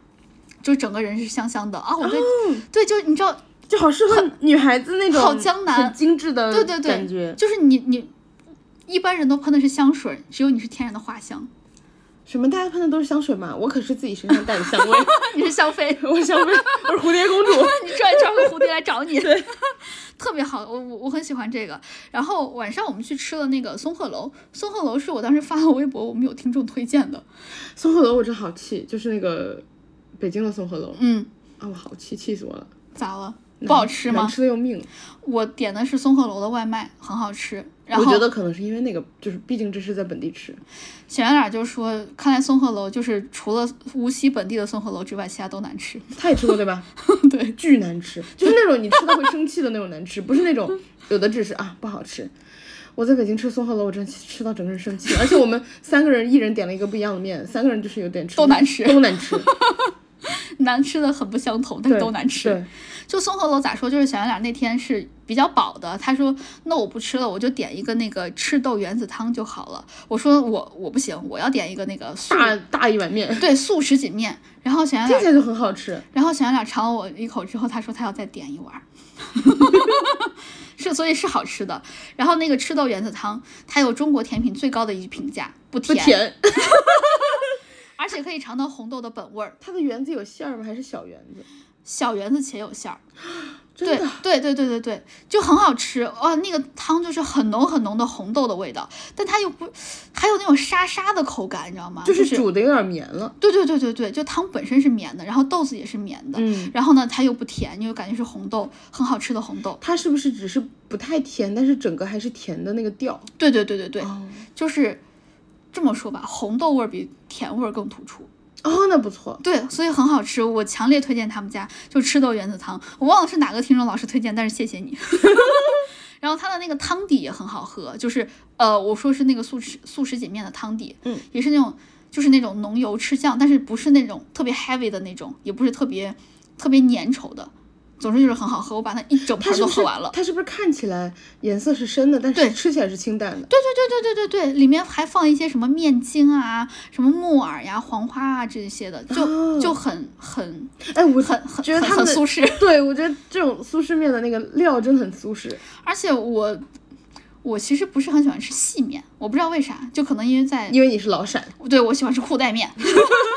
Speaker 1: 就整个人是香香的啊！我对、
Speaker 2: 哦
Speaker 1: 对，就你知道，
Speaker 2: 就好适合女孩子那种
Speaker 1: 好江南
Speaker 2: 很精致的
Speaker 1: 对对对
Speaker 2: 感觉。
Speaker 1: 就是你你一般人都喷的是香水，只有你是天然的花香。
Speaker 2: 什么？大家喷的都是香水吗？我可是自己身上带的香味，
Speaker 1: 你是香妃，
Speaker 2: 我香味，我是蝴蝶 公主。
Speaker 1: 你转一转会蝴蝶来找 你，特别好，我我我很喜欢这个。然后晚上我们去吃了那个松鹤楼，松鹤楼是我当时发了微博，我们有听众推荐的，
Speaker 2: 松鹤楼，我真好气，就是那个北京的松鹤楼
Speaker 1: 嗯，
Speaker 2: 啊，我好气，气死我了！
Speaker 1: 咋了？不好吃
Speaker 2: 难
Speaker 1: 吗？
Speaker 2: 吃的要命。
Speaker 1: 我点的是松鹤楼的外卖，很好吃。然
Speaker 2: 我
Speaker 1: 后
Speaker 2: 觉得可能是因为那个，就是毕竟这是在本地吃，
Speaker 1: 小圆脸就说，看来松鹤楼就是除了无锡本地的松鹤楼之外，其他都难吃。
Speaker 2: 他也吃过对吧？
Speaker 1: 对，
Speaker 2: 巨难吃，就是那种你吃到会生气的那种难吃，不是那 种有的只是啊不好吃。我在北京吃松鹤楼，我真吃到整个人生气，而且我们三个人一人点了一个不一样的面，三个人就是有点吃
Speaker 1: 都难吃
Speaker 2: 都难 吃，
Speaker 1: 难吃的很不相同，但是
Speaker 2: 对，
Speaker 1: 都难吃。
Speaker 2: 对，
Speaker 1: 就松鹤楼咋说，就是小圆脸那天是比较饱的，他说那我不吃了，我就点一个那个赤豆圆子汤就好了。我说我我不行，我要点一个那个素
Speaker 2: 大大一碗面，
Speaker 1: 对素食锦面。然后小圆
Speaker 2: 听起
Speaker 1: 脸，
Speaker 2: 来就很好吃。
Speaker 1: 然后小圆脸尝了我一口之后，他说他要再点一碗儿。 是，所以是好吃的。然后那个赤豆圆子汤，它有中国甜品最高的一句评价，不
Speaker 2: 不
Speaker 1: 甜，
Speaker 2: 甜，
Speaker 1: 而且可以尝到红豆的本味儿。
Speaker 2: 它的圆子有馅儿吗？还是小圆子？
Speaker 1: 小圆子且有馅儿，
Speaker 2: 真的，
Speaker 1: 对对对对对，就很好吃哦。那个汤就是很浓很浓的红豆的味道，但它又不还有那种沙沙的口感，你知道吗？
Speaker 2: 就
Speaker 1: 啊就是
Speaker 2: 煮的有点绵了。
Speaker 1: 对对对对对，就汤本身是绵的，然后豆子也是绵的，
Speaker 2: 嗯，
Speaker 1: 然后呢它又不甜，你就感觉是红豆，很好吃的红豆。
Speaker 2: 它是不是只是不太甜，但是整个还是甜的那个调？
Speaker 1: 对对对对对，
Speaker 2: 哦，
Speaker 1: 就是这么说吧，红豆味儿比甜味儿更突出。
Speaker 2: 哦，那不错。
Speaker 1: 对，所以很好吃，我强烈推荐他们家就吃豆圆子汤。我忘了是哪个听众老师推荐，但是谢谢你。 然后它的那个汤底也很好喝，就是呃，我说是那个素食素食碱面的汤底，
Speaker 2: 嗯，
Speaker 1: 也是那种就是那种浓油赤酱，但是不是那种特别 heavy 的那种，也不是特别特别粘稠的，总之就是很好喝。我把那一整
Speaker 2: 它
Speaker 1: 盘
Speaker 2: 是
Speaker 1: 都
Speaker 2: 不
Speaker 1: 喝
Speaker 2: 是
Speaker 1: 完了。
Speaker 2: 它是不是看起来颜色是深的，但
Speaker 1: 对
Speaker 2: 是吃起来是清淡的？
Speaker 1: 对对对对对对对，里面还放一些什么面筋啊、什么木耳呀、黄花啊这些的，就、
Speaker 2: 哦
Speaker 1: 就很很
Speaker 2: 哎，我
Speaker 1: 很很
Speaker 2: 觉得
Speaker 1: 很
Speaker 2: 他们
Speaker 1: 很
Speaker 2: 的
Speaker 1: 苏式。
Speaker 2: 对我觉得这种苏式面的那个料真的很苏式。
Speaker 1: 而且我我其实不是很喜欢吃细面，我不知道为啥，就可能因为在
Speaker 2: 因为你是老陕，
Speaker 1: 对我喜欢吃裤带面，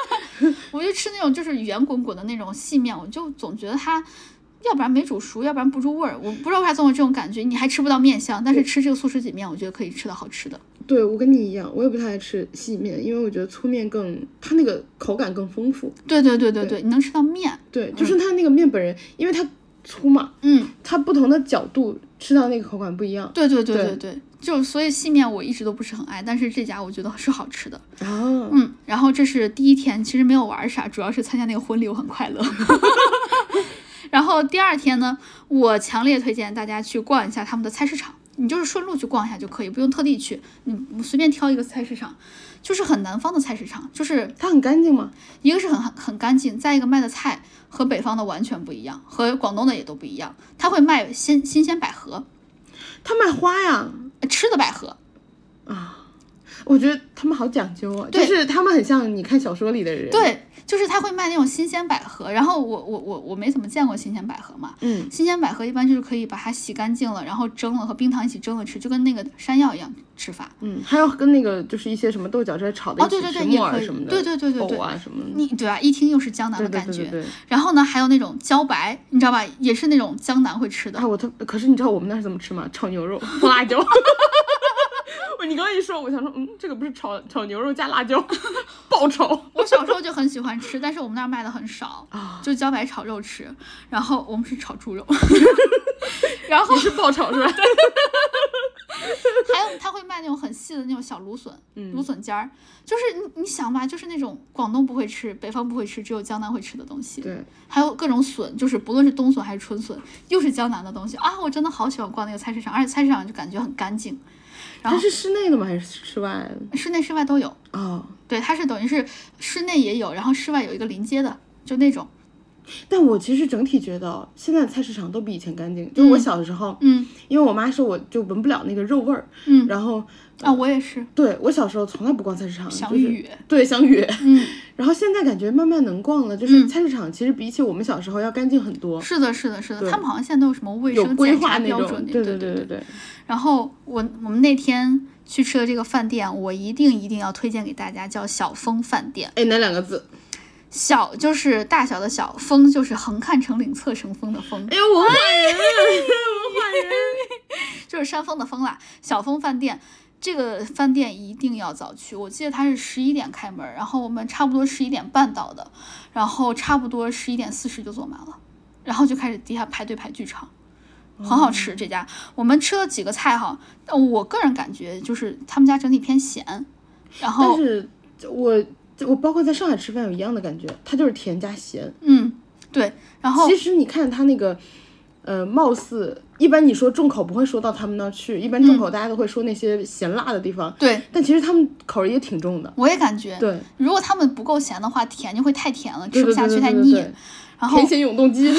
Speaker 1: 我就吃那种就是圆滚滚的那种细面，我就总觉得它。要不然没煮熟，要不然不入味儿，我不知道为啥总有这种感觉。你还吃不到面香，但是吃这个素食锦面，我觉得可以吃到好吃的。
Speaker 2: 对我跟你一样，我也不太爱吃细面，因为我觉得粗面更它那个口感更丰富。
Speaker 1: 对对对对对，你能吃到面，
Speaker 2: 对，就是它那个面本人，因为它粗嘛，
Speaker 1: 嗯，
Speaker 2: 它不同的角度吃到那个口感不一样。
Speaker 1: 对对对
Speaker 2: 对
Speaker 1: 对对，就所以细面我一直都不是很爱，但是这家我觉得是好吃的。
Speaker 2: 啊，
Speaker 1: 嗯，然后这是第一天，其实没有玩儿啥，主要是参加那个婚礼，我很快乐。 然后第二天呢，我强烈推荐大家去逛一下他们的菜市场，你就是顺路去逛一下就可以，不用特地去，你你随便挑一个菜市场，就是很南方的菜市场，就是
Speaker 2: 它很干净吗？
Speaker 1: 一个是很很干净，再一个卖的菜和北方的完全不一样，和广东的也都不一样，他会卖新新鲜百合，
Speaker 2: 它卖花呀
Speaker 1: 呃吃的百合，
Speaker 2: 啊！我觉得他们好讲究啊，就
Speaker 1: 对
Speaker 2: 是他们很像你看小说里的人。，
Speaker 1: 对，就是他会卖那种新鲜百合，然后我我我我没怎么见过新鲜百合嘛，
Speaker 2: 嗯，
Speaker 1: 新鲜百合一般就是可以把它洗干净了，然后蒸了和冰糖一起蒸了吃，就跟那个山药一样吃法。
Speaker 2: 嗯，还有跟那个就是一些什么豆角这炒的
Speaker 1: 哦
Speaker 2: 一起
Speaker 1: 对对
Speaker 2: 吃
Speaker 1: 对也
Speaker 2: 木
Speaker 1: 可
Speaker 2: 耳
Speaker 1: 以
Speaker 2: 什么的，
Speaker 1: 对对对对对
Speaker 2: 藕啊什么的，
Speaker 1: 你对吧？一听又是江南
Speaker 2: 对
Speaker 1: 的
Speaker 2: 对
Speaker 1: 感觉。
Speaker 2: 对对对。
Speaker 1: 然后呢，还有那种茭白，你知道吧？也是那种江南会吃的
Speaker 2: 啊，。我特可是你知道我们那是怎么吃吗？炒牛肉不辣椒。 我你刚刚一说，我想说，嗯，这个不是炒炒牛肉加辣椒， 爆炒
Speaker 1: 我小时候就很喜欢吃，但是我们那儿卖的很少，
Speaker 2: 啊！
Speaker 1: 就茭白炒肉吃。然后我们是炒猪肉， 然后
Speaker 2: 你是爆炒 是吧？
Speaker 1: 还有他会卖那种很细的那种小芦笋，
Speaker 2: 嗯
Speaker 1: 芦笋尖儿，就是你你想吧，就是那种广东不会吃，北方不会吃，只有江南会吃的东西。
Speaker 2: 对，
Speaker 1: 还有各种笋，就是不论是冬笋还是春笋，又是江南的东西啊！我真的好喜欢逛那个菜市场，而且菜市场就感觉很干净，然
Speaker 2: 它
Speaker 1: 后
Speaker 2: 是室内的吗？还是室外的？
Speaker 1: 室内室外都有。
Speaker 2: 哦，
Speaker 1: 对，它是等于是室内也有，然后室外有一个临街的，就那种，
Speaker 2: 但我其实整体觉得哦，现在的菜市场都比以前干净。就是我小的时候，
Speaker 1: 嗯
Speaker 2: 因为我妈说我就闻不了那个肉味儿，
Speaker 1: 嗯
Speaker 2: 然后
Speaker 1: 啊，我也是
Speaker 2: 对我小时候从来不逛菜市场，
Speaker 1: 想
Speaker 2: 就是
Speaker 1: 雨，
Speaker 2: 对香芋。
Speaker 1: 嗯，
Speaker 2: 然后现在感觉慢慢能逛了，就是菜市场其实比起我们小时候要干净很多，
Speaker 1: 是的，是的，是的，
Speaker 2: 对
Speaker 1: 他们好像现在都有什么卫
Speaker 2: 有
Speaker 1: 生
Speaker 2: 规
Speaker 1: 检
Speaker 2: 划
Speaker 1: 查
Speaker 2: 那
Speaker 1: 标
Speaker 2: 种
Speaker 1: 准，，
Speaker 2: 对
Speaker 1: 对
Speaker 2: 对对对。
Speaker 1: 然后我我们那天去吃的这个饭店，我一定一定要推荐给大家，叫小峰饭店。
Speaker 2: 哎，哪两个字？
Speaker 1: 小就是大小的小，峰就是横看成岭侧成峰的峰。
Speaker 2: 哎呦，我坏人，我坏人。
Speaker 1: 就是山峰的峰啦，小峰饭店。这个饭店一定要早去，我记得它是十一点开门，然后我们差不多十一点半到的，然后差不多十一点四十就坐满了。然后就开始底下排队排巨长，很好吃这家。我们吃了几个菜哈，但我个人感觉就是他们家整体偏咸，然
Speaker 2: 但
Speaker 1: 后
Speaker 2: 是我我包括在上海吃饭有一样的感觉，它就是甜加咸。
Speaker 1: 嗯对，然后
Speaker 2: 其实你看它那个，呃，貌似一般你说重口不会说到他们那儿去，一般
Speaker 1: 嗯
Speaker 2: 重口大家都会说那些咸辣的地方，
Speaker 1: 对
Speaker 2: 但其实他们口味也挺重的。
Speaker 1: 我也感觉，
Speaker 2: 对，
Speaker 1: 如果他们不够咸的话，甜就会太甜了，
Speaker 2: 对
Speaker 1: 吃不下去
Speaker 2: 对对
Speaker 1: 太
Speaker 2: 对
Speaker 1: 腻
Speaker 2: 对。对
Speaker 1: 然后
Speaker 2: 甜咸永动机。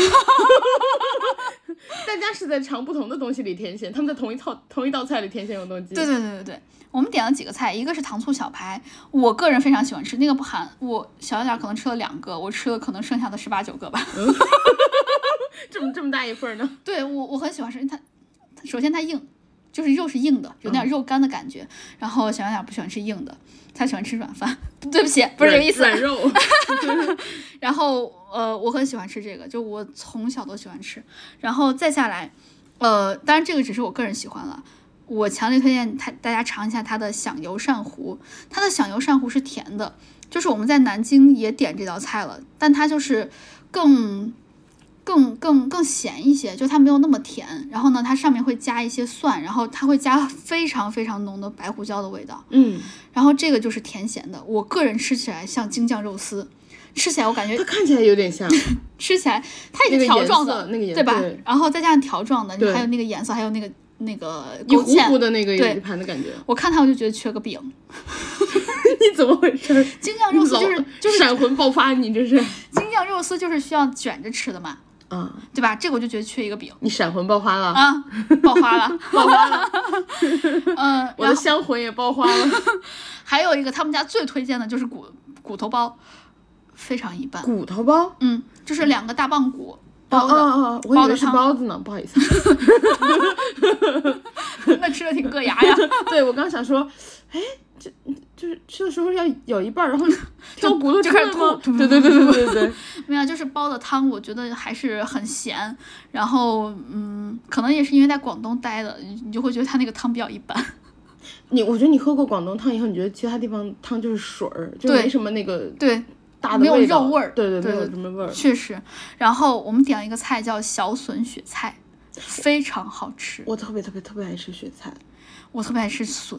Speaker 2: 大家是在尝不同的东西里甜咸，他们在同一套同一道菜里甜咸永动机。
Speaker 1: 对对对对对，我们点了几个菜，一个是糖醋小排，我个人非常喜欢吃，那个不含我小一点儿可能吃了两个，我吃了可能剩下的十八九个吧。
Speaker 2: 这么这么大一份儿呢？
Speaker 1: 对我我很喜欢吃它，它首先它硬，就是肉是硬的，有点肉干的感觉。然后小杨点不喜欢吃硬的，他喜欢吃软饭。 对不 起，不是这个意思。啊
Speaker 2: 软肉。
Speaker 1: 然后呃，我很喜欢吃这个，就我从小都喜欢吃。然后再下来，呃，当然这个只是我个人喜欢了。我强烈推荐他大家尝一下它的响油鳝糊，它的响油鳝糊是甜的，就是我们在南京也点这道菜了，但它就是更更更更咸一些，就它没有那么甜。然后呢，它上面会加一些蒜，然后它会加非常非常浓的白胡椒的味道。
Speaker 2: 嗯，
Speaker 1: 然后这个就是甜咸的，我个人吃起来像京酱肉丝，吃起来我感觉
Speaker 2: 它看起来有点 像
Speaker 1: 吃起来它已
Speaker 2: 那
Speaker 1: 经
Speaker 2: 个
Speaker 1: 条
Speaker 2: 颜
Speaker 1: 状
Speaker 2: 色
Speaker 1: 的，，
Speaker 2: 那个颜
Speaker 1: 对吧？
Speaker 2: 对
Speaker 1: 然后再加上条状的，你
Speaker 2: 对
Speaker 1: 还有那个颜色，还有那个那个
Speaker 2: 一
Speaker 1: 勾
Speaker 2: 糊糊
Speaker 1: 芡。
Speaker 2: 的那个
Speaker 1: 对
Speaker 2: 一盘的感觉。
Speaker 1: 我看它我就觉得缺个饼，
Speaker 2: 你怎么回事儿？
Speaker 1: 京酱肉丝
Speaker 2: 老
Speaker 1: 就是就是
Speaker 2: 闪魂爆发，你这是
Speaker 1: 京酱肉丝就是需要卷着吃的嘛，
Speaker 2: 啊！
Speaker 1: 对吧？这个我就觉得缺一个饼
Speaker 2: 你闪魂爆发 了，
Speaker 1: 啊，爆花 了，爆花了。 嗯，
Speaker 2: 我
Speaker 1: 然后
Speaker 2: 的香魂也爆花了。
Speaker 1: 还有一个他们家最推荐的就是骨骨头包，非常一般。
Speaker 2: 骨头包，
Speaker 1: 嗯，就是两个大棒骨
Speaker 2: 哦
Speaker 1: 包
Speaker 2: 哦
Speaker 1: 的，
Speaker 2: 哦，我
Speaker 1: 包
Speaker 2: 以
Speaker 1: 的
Speaker 2: 为是
Speaker 1: 汤
Speaker 2: 包子呢，不 好意思。
Speaker 1: 那吃的挺硌牙呀。
Speaker 2: 对，我刚想说，哎，这就是吃的时候要咬一半儿，然后挑骨 头
Speaker 1: 就
Speaker 2: 吃
Speaker 1: 开始
Speaker 2: 了吗？
Speaker 1: 吐
Speaker 2: 对对对对对对，
Speaker 1: 没有，就是煲的汤，我觉得还是很咸。然后，嗯，可能也是因为在广东待的，你你就会觉得它那个汤比较一 般。
Speaker 2: 你我觉得你喝过广东汤以后，你觉得其他地方汤就是水儿，就
Speaker 1: 对
Speaker 2: 没什么那个
Speaker 1: 对，
Speaker 2: 大的
Speaker 1: 没有
Speaker 2: 味道
Speaker 1: 肉味儿
Speaker 2: 对对，
Speaker 1: 对
Speaker 2: 没有
Speaker 1: 对
Speaker 2: 什么味儿。
Speaker 1: 确实。然后我们点了一个菜叫小笋雪菜，非常好吃。
Speaker 2: 我特别特别特别爱吃雪菜，
Speaker 1: 我特别爱吃笋，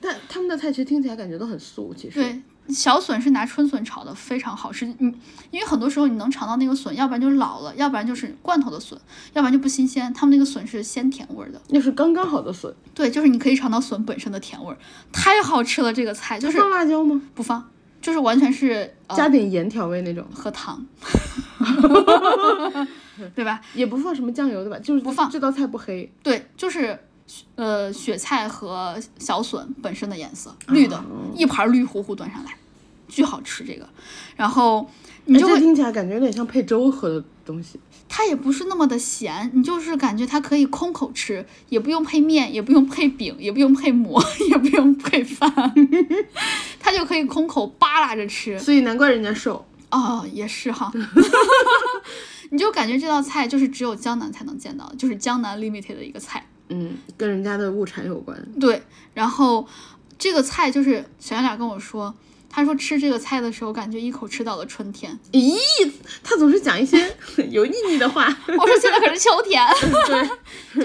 Speaker 2: 但他们的菜其实听起来感觉都很素，其实。
Speaker 1: 对。小笋是拿春笋炒的，非常好吃。嗯，因为很多时候你能尝到那个笋，要不然就是老了，要不然就是罐头的笋，要不然就不新鲜。他们那个笋是鲜甜味儿的，
Speaker 2: 那是刚刚好的笋，
Speaker 1: 对，就是你可以尝到笋本身的甜味儿，太好吃了。这个菜就是
Speaker 2: 放辣椒吗？
Speaker 1: 不放，就是完全是、呃、
Speaker 2: 加点盐调味那种，
Speaker 1: 和糖， 对吧？
Speaker 2: 也不放什么酱油对吧？就是
Speaker 1: 不放
Speaker 2: 这道菜不黑，
Speaker 1: 对，就是呃雪菜和小笋本身的颜色，绿的，
Speaker 2: 哦
Speaker 1: 一盘绿乎乎端上来，巨好吃这个。然后你
Speaker 2: 哎
Speaker 1: 就
Speaker 2: 这
Speaker 1: 会，
Speaker 2: 听起来感觉有点像配粥喝的东西。
Speaker 1: 它也不是那么的咸，你就是感觉它可以空口吃，也不用配面，也不用配饼，也不用配馍， 也不用配饭， 它就可以空口扒拉着吃。
Speaker 2: 所以难怪人家瘦。
Speaker 1: 哦，也是哈， 你就感觉这道菜就是只有江南才能见到的，就是江南 limited 的一个菜。
Speaker 2: 嗯，跟人家的物产有关。
Speaker 1: 对，然后这个菜就是小圆脸跟我说，他说吃这个菜的时候，感觉一口吃到了春天。
Speaker 2: 咦，他总是讲一 些油腻腻的话。
Speaker 1: 我说现在可是秋天，
Speaker 2: 对，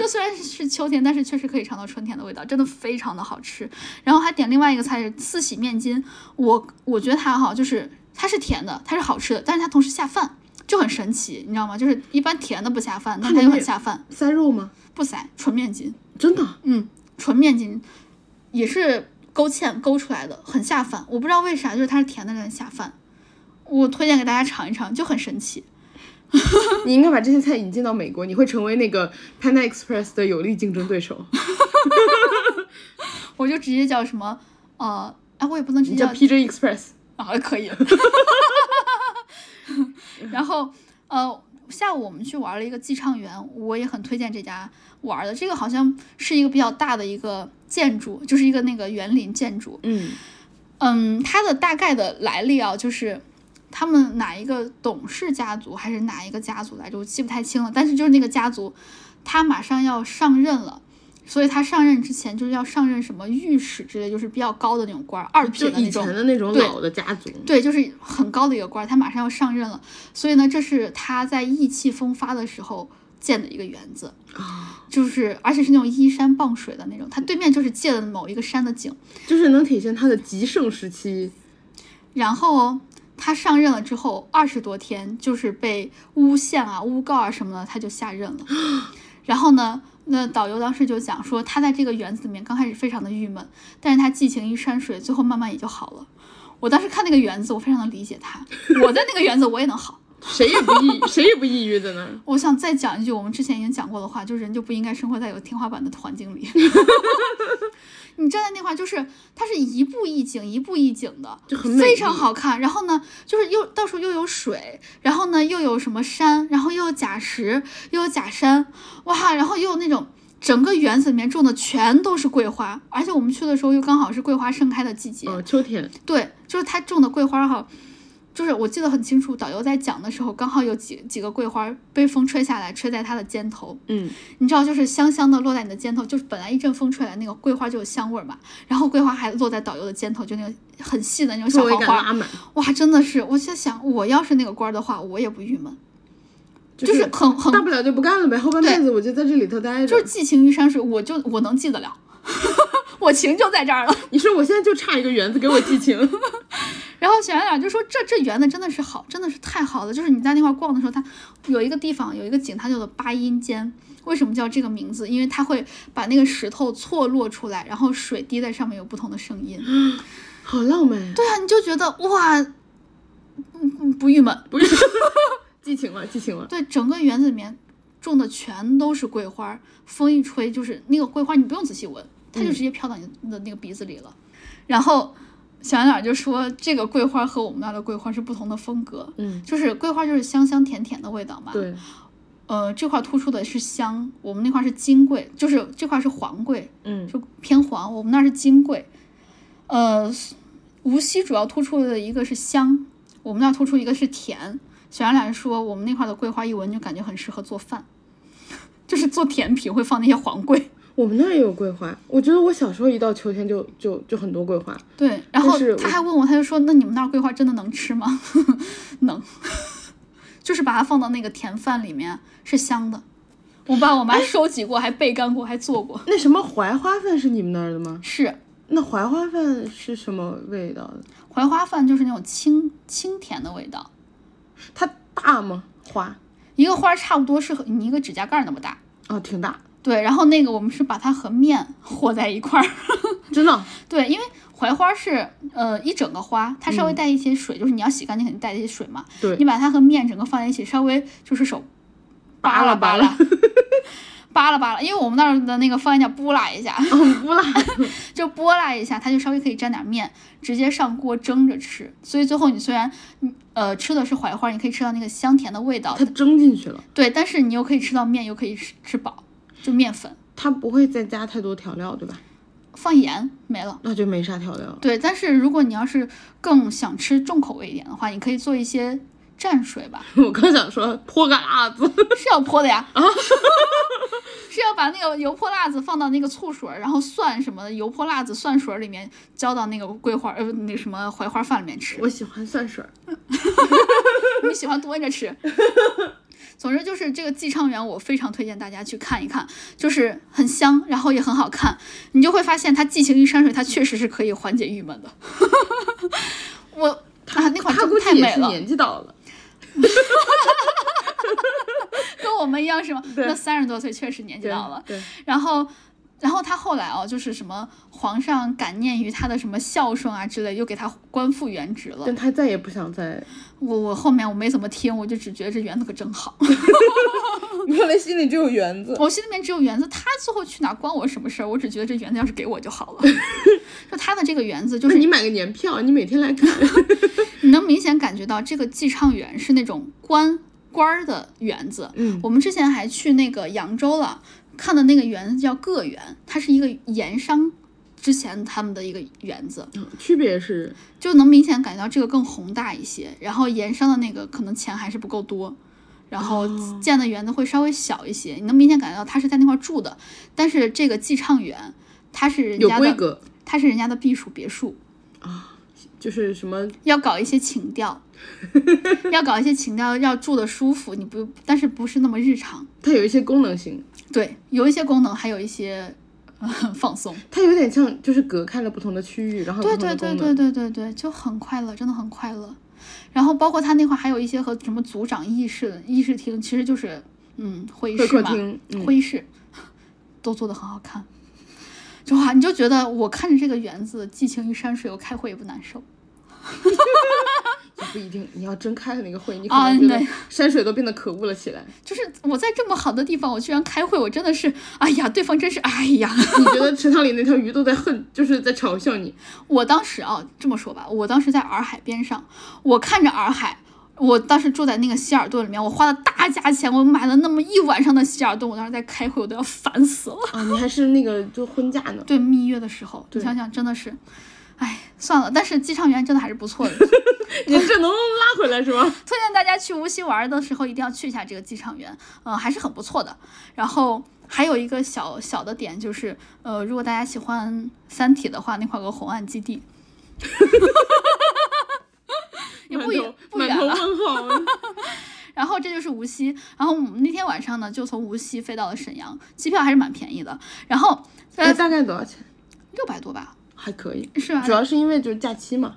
Speaker 1: 就虽然是秋天，但是确实可以尝到春天的味道，真的非常的好吃。然后还点另外一个菜是四喜面筋，我我觉得它哈，就是它是甜的，它是好吃的，但是它同时下饭。就很神奇，你知道吗？就是一般甜的不下饭，但它又很下饭。
Speaker 2: 塞肉吗？
Speaker 1: 不塞，纯面筋，
Speaker 2: 真的？
Speaker 1: 嗯，纯面筋也是勾芡勾出来的，很下饭。我不知道为啥，就是它是甜的，很下饭。我推荐给大家尝一尝，就很神奇。
Speaker 2: 你应该把这些菜引进到美国，你会成为那个 Panda Express 的有力竞争对 手。
Speaker 1: 我就直接叫什么，呃，哎，我也不能直
Speaker 2: 你
Speaker 1: 接叫
Speaker 2: 叫 PJ Express。
Speaker 1: 啊，可以。
Speaker 2: 嗯
Speaker 1: 然后呃，下午我们去玩了一个寄唱园，我也很推荐这家玩的。这个好像是一个比较大的一个建筑，就是一个那个园林建筑。
Speaker 2: 嗯，
Speaker 1: 嗯，它的大概的来历啊，就是他们哪一个董氏家族还是哪一个家族来着，我记不太清了。但是就是那个家族，他马上要上任了，所以他上任之前就是要上任什么御史之类，就是比较高的那种官儿，二
Speaker 2: 就
Speaker 1: 品的
Speaker 2: 以
Speaker 1: 那
Speaker 2: 前
Speaker 1: 种。
Speaker 2: 的那种
Speaker 1: 对
Speaker 2: 老的家族，
Speaker 1: 对，就是很高的一个官儿，他马上要上任了，所以呢，这是他在意气风发的时候建的一个园子，
Speaker 2: 啊
Speaker 1: 就是而且是那种依山傍水的那种，他对面就是借的某一个山的景，
Speaker 2: 就是能体现他的极盛时期。
Speaker 1: 然后哦他上任了之后二十多天，就是被诬陷啊、诬告啊什么的，他就下任了。然后呢，那导游当时就讲说，他在这个园子里面刚开始非常的郁闷，但是他寄情于山水，最后慢慢也就好了。我当时看那个园子，我非常能理解他。我在那个园子，我也能好。
Speaker 2: 谁也不抑，谁也不抑郁在那儿。
Speaker 1: 我想再讲一句我们之前已经讲过的话，就是人就不应该生活在有天花板的环境 里。你站在那块，儿，就是它是一步一景，一步一景的，
Speaker 2: 就很美
Speaker 1: 非常
Speaker 2: 丽
Speaker 1: 好看。然后呢，就是又到处又有水，然后呢又有什么山，然后又有假石，又有假山，哇，然后又有那种。整个园子里面种的全都是桂花，而且我们去的时候又刚好是桂花盛开的季节，
Speaker 2: 哦，秋 天，
Speaker 1: 对，就是他种的桂花哈，就是我记得很清楚，导游在讲的时候，刚好有几几个桂花被风吹下来，吹在他的肩头，
Speaker 2: 嗯，
Speaker 1: 你知道，就是香香的落在你的肩头，就是本来一阵风吹来，那个桂花就有香味儿嘛，然后桂花还落在导游的肩头，就那种很细的那种
Speaker 2: 作
Speaker 1: 小黄
Speaker 2: 为感
Speaker 1: 花，
Speaker 2: 拉满，
Speaker 1: 哇，真的是，我在想，我要是那个官儿的话，我也不郁闷，就是很很
Speaker 2: 大不了就不干了呗，后半
Speaker 1: 对
Speaker 2: 辈子我就在这里头待着。
Speaker 1: 就是寄情于山水，我就我能记得了， 我情就在这儿了。
Speaker 2: 你说我现在就差一个园子给我 寄情，
Speaker 1: 然后小圆脸就说：“这这园子真的是好，真的是太好了。就是你在那块逛的时候，它有一个地方有一个景，它叫做八音间。为什么叫这个名字？因为它会把那个石头错落出来，然后水滴在上面有不同的声音。
Speaker 2: 好浪漫。
Speaker 1: 对啊，你就觉得哇，嗯嗯，不郁闷。
Speaker 2: 不是， 寄情了，寄情了。
Speaker 1: 对，整个园子里面种的全都是桂花儿，风一吹就是那个桂花，你不用仔细闻，它就直接飘到你的你的那个鼻子里了。然后小圆脸就说：“这个桂花和我们那儿的桂花是不同的风格。”
Speaker 2: 嗯，
Speaker 1: 就是桂花就是香香甜甜的味道嘛。，
Speaker 2: 对，
Speaker 1: 呃，这块突出的是香，我们那块是金桂，就是这块是黄桂，
Speaker 2: 嗯，
Speaker 1: 就偏黄，我们那儿是金桂。呃，无锡主要突出的一个是香，我们那儿突出一个是甜。小杨俩说，我们那块的桂花一闻就感觉很适合做饭， 就是做甜品会放那些黄桂。
Speaker 2: 我们那儿也有桂花，我觉得我小时候一到秋天就就就很多桂花。
Speaker 1: 对，然后
Speaker 2: 是
Speaker 1: 他
Speaker 2: 我
Speaker 1: 还问我，他就说：“那你们那儿桂花真的能吃吗？” 能，就是把它放到那个甜饭里面是香的。我爸我
Speaker 2: 哎
Speaker 1: 妈收集过，还焙干过，还做过。
Speaker 2: 那什么槐花饭是你们那儿的吗？
Speaker 1: 是
Speaker 2: 那槐花饭是什么味道的？
Speaker 1: 槐花饭就是那种清清甜的味道，
Speaker 2: 它大吗？花
Speaker 1: 一个花儿差不多是和你一个指甲盖儿那么大。
Speaker 2: 啊，挺大，
Speaker 1: 对，然后那个我们是把它和面和在一块儿。
Speaker 2: 真的。
Speaker 1: 对，因为槐花是呃一整个花，它
Speaker 2: 嗯
Speaker 1: 稍微带一些水，就是你要洗干净肯定带一些水嘛。
Speaker 2: 对
Speaker 1: 你把它和面整个放在一起，稍微就是手
Speaker 2: 扒
Speaker 1: 扒
Speaker 2: 拉
Speaker 1: 拉
Speaker 2: 扒
Speaker 1: 扒
Speaker 2: 拉
Speaker 1: 拉。 扒拉扒拉，因为我们那儿的那个方言叫拨拉一下，
Speaker 2: 嗯，不辣。
Speaker 1: 就拨拉一下，它就稍微可以沾点面，直接上锅蒸着吃。所以最后你虽然你呃吃的是槐花，你可以吃到那个香甜的味道
Speaker 2: 它，蒸进去了，
Speaker 1: 对，但是你又可以吃到面，又可以吃吃饱，就面粉
Speaker 2: 它不会再加太多调料，对吧？
Speaker 1: 放盐没了。
Speaker 2: 那就没啥调料了。
Speaker 1: 对，但是如果你要是更想吃重口味一点的话，你可以做一些蘸水吧，
Speaker 2: 我刚想说泼个辣子，
Speaker 1: 是要泼的呀，
Speaker 2: 啊
Speaker 1: 是要把那个油泼辣子放到那个醋水儿，然后蒜什么的油泼辣子蒜水儿里面浇到那个桂花呃那什么槐花饭里面吃，
Speaker 2: 我喜欢蒜水儿。
Speaker 1: 你喜欢多着吃。 总之就是这个寄昌园，我非常推荐大家去看一看，就是很香，然后也很好看，你就会发现它寄情于山水，它确实是可以缓解郁闷的。 我啊，那款
Speaker 2: 他
Speaker 1: 真
Speaker 2: 估
Speaker 1: 的太
Speaker 2: 计也
Speaker 1: 美
Speaker 2: 是
Speaker 1: 了，
Speaker 2: 年纪到了，
Speaker 1: 跟我们一样是吗？
Speaker 2: 对
Speaker 1: 那三十多岁确实年纪
Speaker 2: 对
Speaker 1: 到了。
Speaker 2: 对，
Speaker 1: 然后，然后他后来哦，就是什么皇上感念于他的什么孝顺啊之类，又给他官复原职了
Speaker 2: 但。他再也不 想再，
Speaker 1: 我我后面我没怎么听，我就只觉得这园子可真好。
Speaker 2: 原来心里只有园 子。
Speaker 1: 我心里面只有园子，他最后去哪儿关我什么事儿？我只觉得这园子要是给我就好 了。就他的这个园子，就
Speaker 2: 那
Speaker 1: 是
Speaker 2: 你买个年票，你每天来 看。
Speaker 1: 你能明显感觉到这个寄唱园是那种官官儿的园子。
Speaker 2: 嗯，
Speaker 1: 我们之前还去那个扬州了，看的那个园子叫个园，它是一个盐商之前他们的一个园子，
Speaker 2: 区别是，
Speaker 1: 就能明显感觉到这个更宏大一些。然后盐商的那个可能钱还是不够多，然后
Speaker 2: 哦
Speaker 1: 建的园子会稍微小一些，你能明显感觉到他是在那块儿住的。但是这个寄畅园，它是人
Speaker 2: 有
Speaker 1: 家
Speaker 2: 规
Speaker 1: 的，
Speaker 2: 格，
Speaker 1: 它是人家的避暑别墅，
Speaker 2: 就是什么
Speaker 1: 要搞一些情 调，要搞一些情调，要住的舒服，你不，但是不是那么日常。
Speaker 2: 它有一些功能性，
Speaker 1: 对，有一些功能，还有一些、呃、放松。
Speaker 2: 它有点像就是隔开了不同的区域，然后
Speaker 1: 对
Speaker 2: 有不同
Speaker 1: 对
Speaker 2: 的功
Speaker 1: 对
Speaker 2: 能。
Speaker 1: 对对对对，就很快乐，真的很快乐。然后包括他那块还有一些和什么组长议事议事厅，其实就是嗯会议
Speaker 2: 会
Speaker 1: 室
Speaker 2: 客
Speaker 1: 嘛，
Speaker 2: 厅嗯
Speaker 1: 会议室都做的很好看。就哇，你就觉得我看着这个园子，寄情于山水，我开会也不难受。
Speaker 2: 就不一定，你要真开了那个会，你可
Speaker 1: 啊
Speaker 2: 能觉得
Speaker 1: 对
Speaker 2: 山水都变得可恶了起来。
Speaker 1: 就是我在这么好的地方，我居然开会，我真的是，哎呀，对方真是，哎呀。
Speaker 2: 你觉得池塘里那条鱼都在恨，就是在嘲笑你。
Speaker 1: 我当时啊，这么说吧，我当时在洱海边上，我看着洱海，我当时住在那个希尔顿里面，我花了大价钱，我买了那么一晚上的希尔顿，我当时在开会，我都要烦死了。
Speaker 2: 啊，你还是那个就婚嫁呢，
Speaker 1: 对蜜月的时候，你
Speaker 2: 对
Speaker 1: 想想真的是，哎，算了，但是机场园真的还是不错的，
Speaker 2: 你这能拉回来是吧？
Speaker 1: 推荐大家去无锡玩的时候一定要去一下这个机场园，嗯、还是很不错的。然后还有一个小小的点就是，呃，如果大家喜欢《三体》的话，那块有个红岸基地。也不
Speaker 2: 满
Speaker 1: 远
Speaker 2: 头
Speaker 1: 不
Speaker 2: 满
Speaker 1: 远
Speaker 2: 头
Speaker 1: 了，
Speaker 2: 问号。
Speaker 1: 然后这就是无锡，然后我们那天晚上呢就从无锡飞到了沈阳，机票还是蛮便宜的，然后呃
Speaker 2: 哎，大概多少钱？
Speaker 1: 六百多吧，
Speaker 2: 还可以，
Speaker 1: 是啊吧
Speaker 2: 主？要是因为就是假期嘛。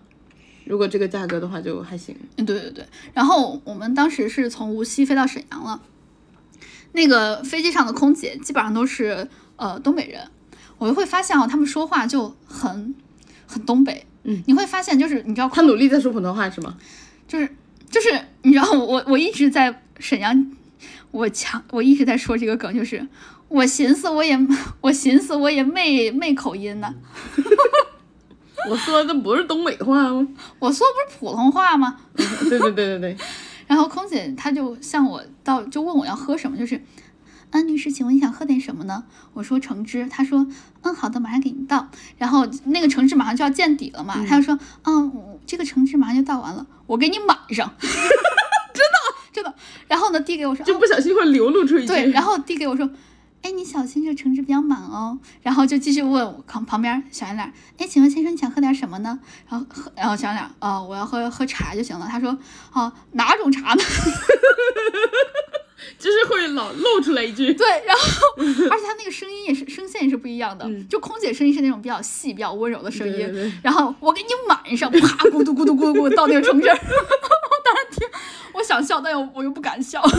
Speaker 2: 如果这个价格的话，就还行。
Speaker 1: 嗯，对对对。然后我们当时是从无锡飞到沈阳了，那个飞机上的空姐基本上都是呃东北人，我就会发现哦，他们说话就很很东北，
Speaker 2: 嗯，
Speaker 1: 你会发现就是你知道
Speaker 2: 他努力在说普通话是吗？
Speaker 1: 就是就是你知道我我我一直在沈阳，我强我一直在说这个梗，就是我寻思我也 我寻思我也没没口音呢、
Speaker 2: 我说的不是东北话吗？
Speaker 1: 我说不是普通话吗？
Speaker 2: 对对对对对，
Speaker 1: 然后空姐她就向我到就问我要喝什么，就是，安女士，请问你想喝点什么呢？我说橙汁，她说，嗯，好的，马上给您到。然后那个橙汁马上就要见底了嘛，她就说，嗯，我这个橙汁马上就倒完了，我给你满上， 真的真的。然后呢，递给我说，
Speaker 2: 就
Speaker 1: 啊
Speaker 2: 不小心会流露出一句。
Speaker 1: 对， 然后递给我说。哎，你小心，这橙汁比较满哦。然后就继续问我旁旁边小圆脸儿，哎，请问先生你想喝点什么呢？然后喝，然后小圆脸儿，哦，我要喝喝茶就行了。他说，哦，哪种茶呢？
Speaker 2: 就是会老露出来一句。
Speaker 1: 对，然后 而且他那个声音也是声线也是不一样的，就空姐声音是那种比较细、比较温柔的声音，
Speaker 2: 嗯对对对
Speaker 1: 然后我给你满上，啪，咕嘟咕嘟咕嘟咕嘟到那个橙汁儿，我当 时听，我想笑，但又我又不敢笑，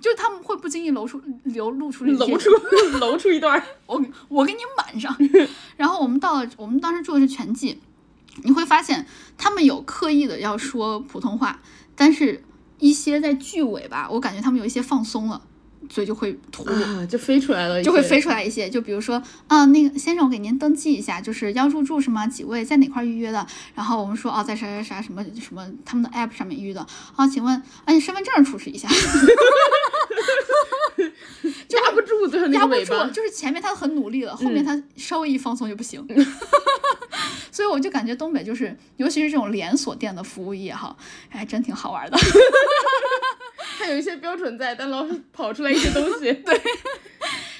Speaker 1: 就是他们会不经意露出流露出这些
Speaker 2: 搂出 搂出一段儿，
Speaker 1: 我我给你满上。 然后我们到了，我们当时住的是全季，你会发现他们有刻意的要说普通话，但是一些在句尾吧，我感觉他们有一些放松了，嘴就会吐露。
Speaker 2: 啊，就飞出来了，
Speaker 1: 就会飞。出来一些，就比如说，啊，那个先生，我给您登记一下，就是要入住是吗？几位在哪块儿预约的？然后我们说，哦，在啥啥啥什么什么他们的 app 上面预约的。啊，请问，哎，你身份证出示一下。
Speaker 2: 压不住最后那
Speaker 1: 压
Speaker 2: 个
Speaker 1: 不
Speaker 2: 尾
Speaker 1: 住，
Speaker 2: 巴，嗯
Speaker 1: 就是前面他很努力了，后面他稍微一放松就不 行。所以我就感觉东北就是，尤其是这种连锁店的服务业哈，哎，真挺好玩的。
Speaker 2: 它有一些标准在，但老是跑出来一些东 西。对，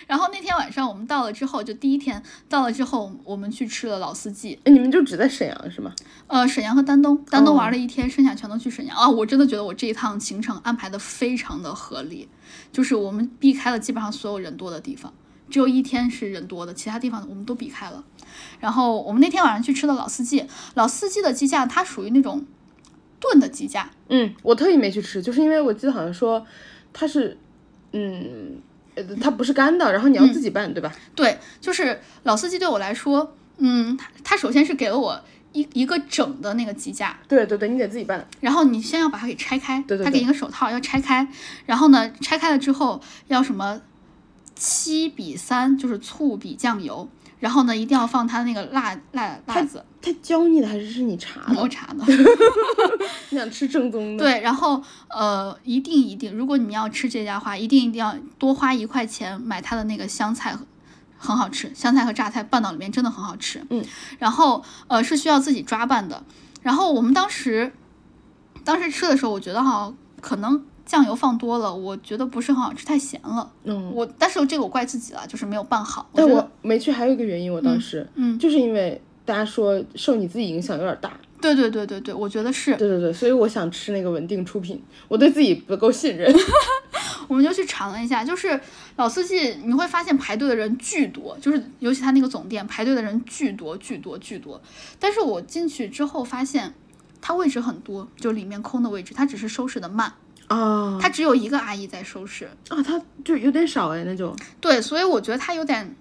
Speaker 1: 然后那天晚上我们到了之后，就第一天到了之后，我们去吃了老司机，
Speaker 2: 哎你们就只在沈阳是吗？
Speaker 1: 呃，沈阳和丹东，丹东
Speaker 2: 哦
Speaker 1: 玩了一天，剩下全都去沈阳啊！我真的觉得我这一趟行程安排的非常的合理，就是我们避开了基本上所有人多的地方，只有一天是人多的，其他地方我们都避开了。然后我们那天晚上去吃的老司机，老司机的鸡架它属于那种炖的鸡架，
Speaker 2: 嗯，我特意没去吃，就是因为我记得好像说它是，嗯，呃它不是干的，然后你
Speaker 1: 嗯
Speaker 2: 要自己拌，对吧？
Speaker 1: 对，就是老司机对我来说，嗯，它它首先是给了我一一个整的那个鸡架，
Speaker 2: 对对对，你得自己拌。
Speaker 1: 然后你先要把它给拆开，
Speaker 2: 对对
Speaker 1: 它给
Speaker 2: 对
Speaker 1: 你个手套要拆开，然后呢，拆开了之后要什么七比三，就是醋比酱油，然后呢一定要放它那个辣辣辣子，
Speaker 2: 它教你的还是是你查的？
Speaker 1: 抹茶的，
Speaker 2: 你想吃正宗的？，
Speaker 1: 对，然后呃一定一定，如果你要吃这家的话，一定一定要多花一块钱买它的那个香菜和。很好吃，香菜和榨菜拌到里面真的很好吃。
Speaker 2: 嗯，
Speaker 1: 然后呃是需要自己抓拌的。然后我们当时当时吃的时候，我觉得哈可能酱油放多了，我觉得不是很好吃，太咸了。
Speaker 2: 嗯，
Speaker 1: 我但是这个我怪自己了，就是没有拌好。
Speaker 2: 但
Speaker 1: 觉
Speaker 2: 我
Speaker 1: 得
Speaker 2: 没去还有一个原因，我当时
Speaker 1: 嗯
Speaker 2: 就是因为大家说受你自己影响有点大，
Speaker 1: 对对对对对，我觉得是。
Speaker 2: 对对对，所以我想吃那个稳定出品，我对自己不够 信任。
Speaker 1: 我们就去尝了一下，就是老司机，你会发现排队的人巨多，就是尤其他那个总店排队的人巨多巨多巨多。但是我进去之后发现，它位置很多，就里面空的位置，它只是收拾的慢，
Speaker 2: 啊，
Speaker 1: 它只有一个阿姨在收拾。
Speaker 2: 啊，它就有点少哎，那就
Speaker 1: 对，所以我觉得它有点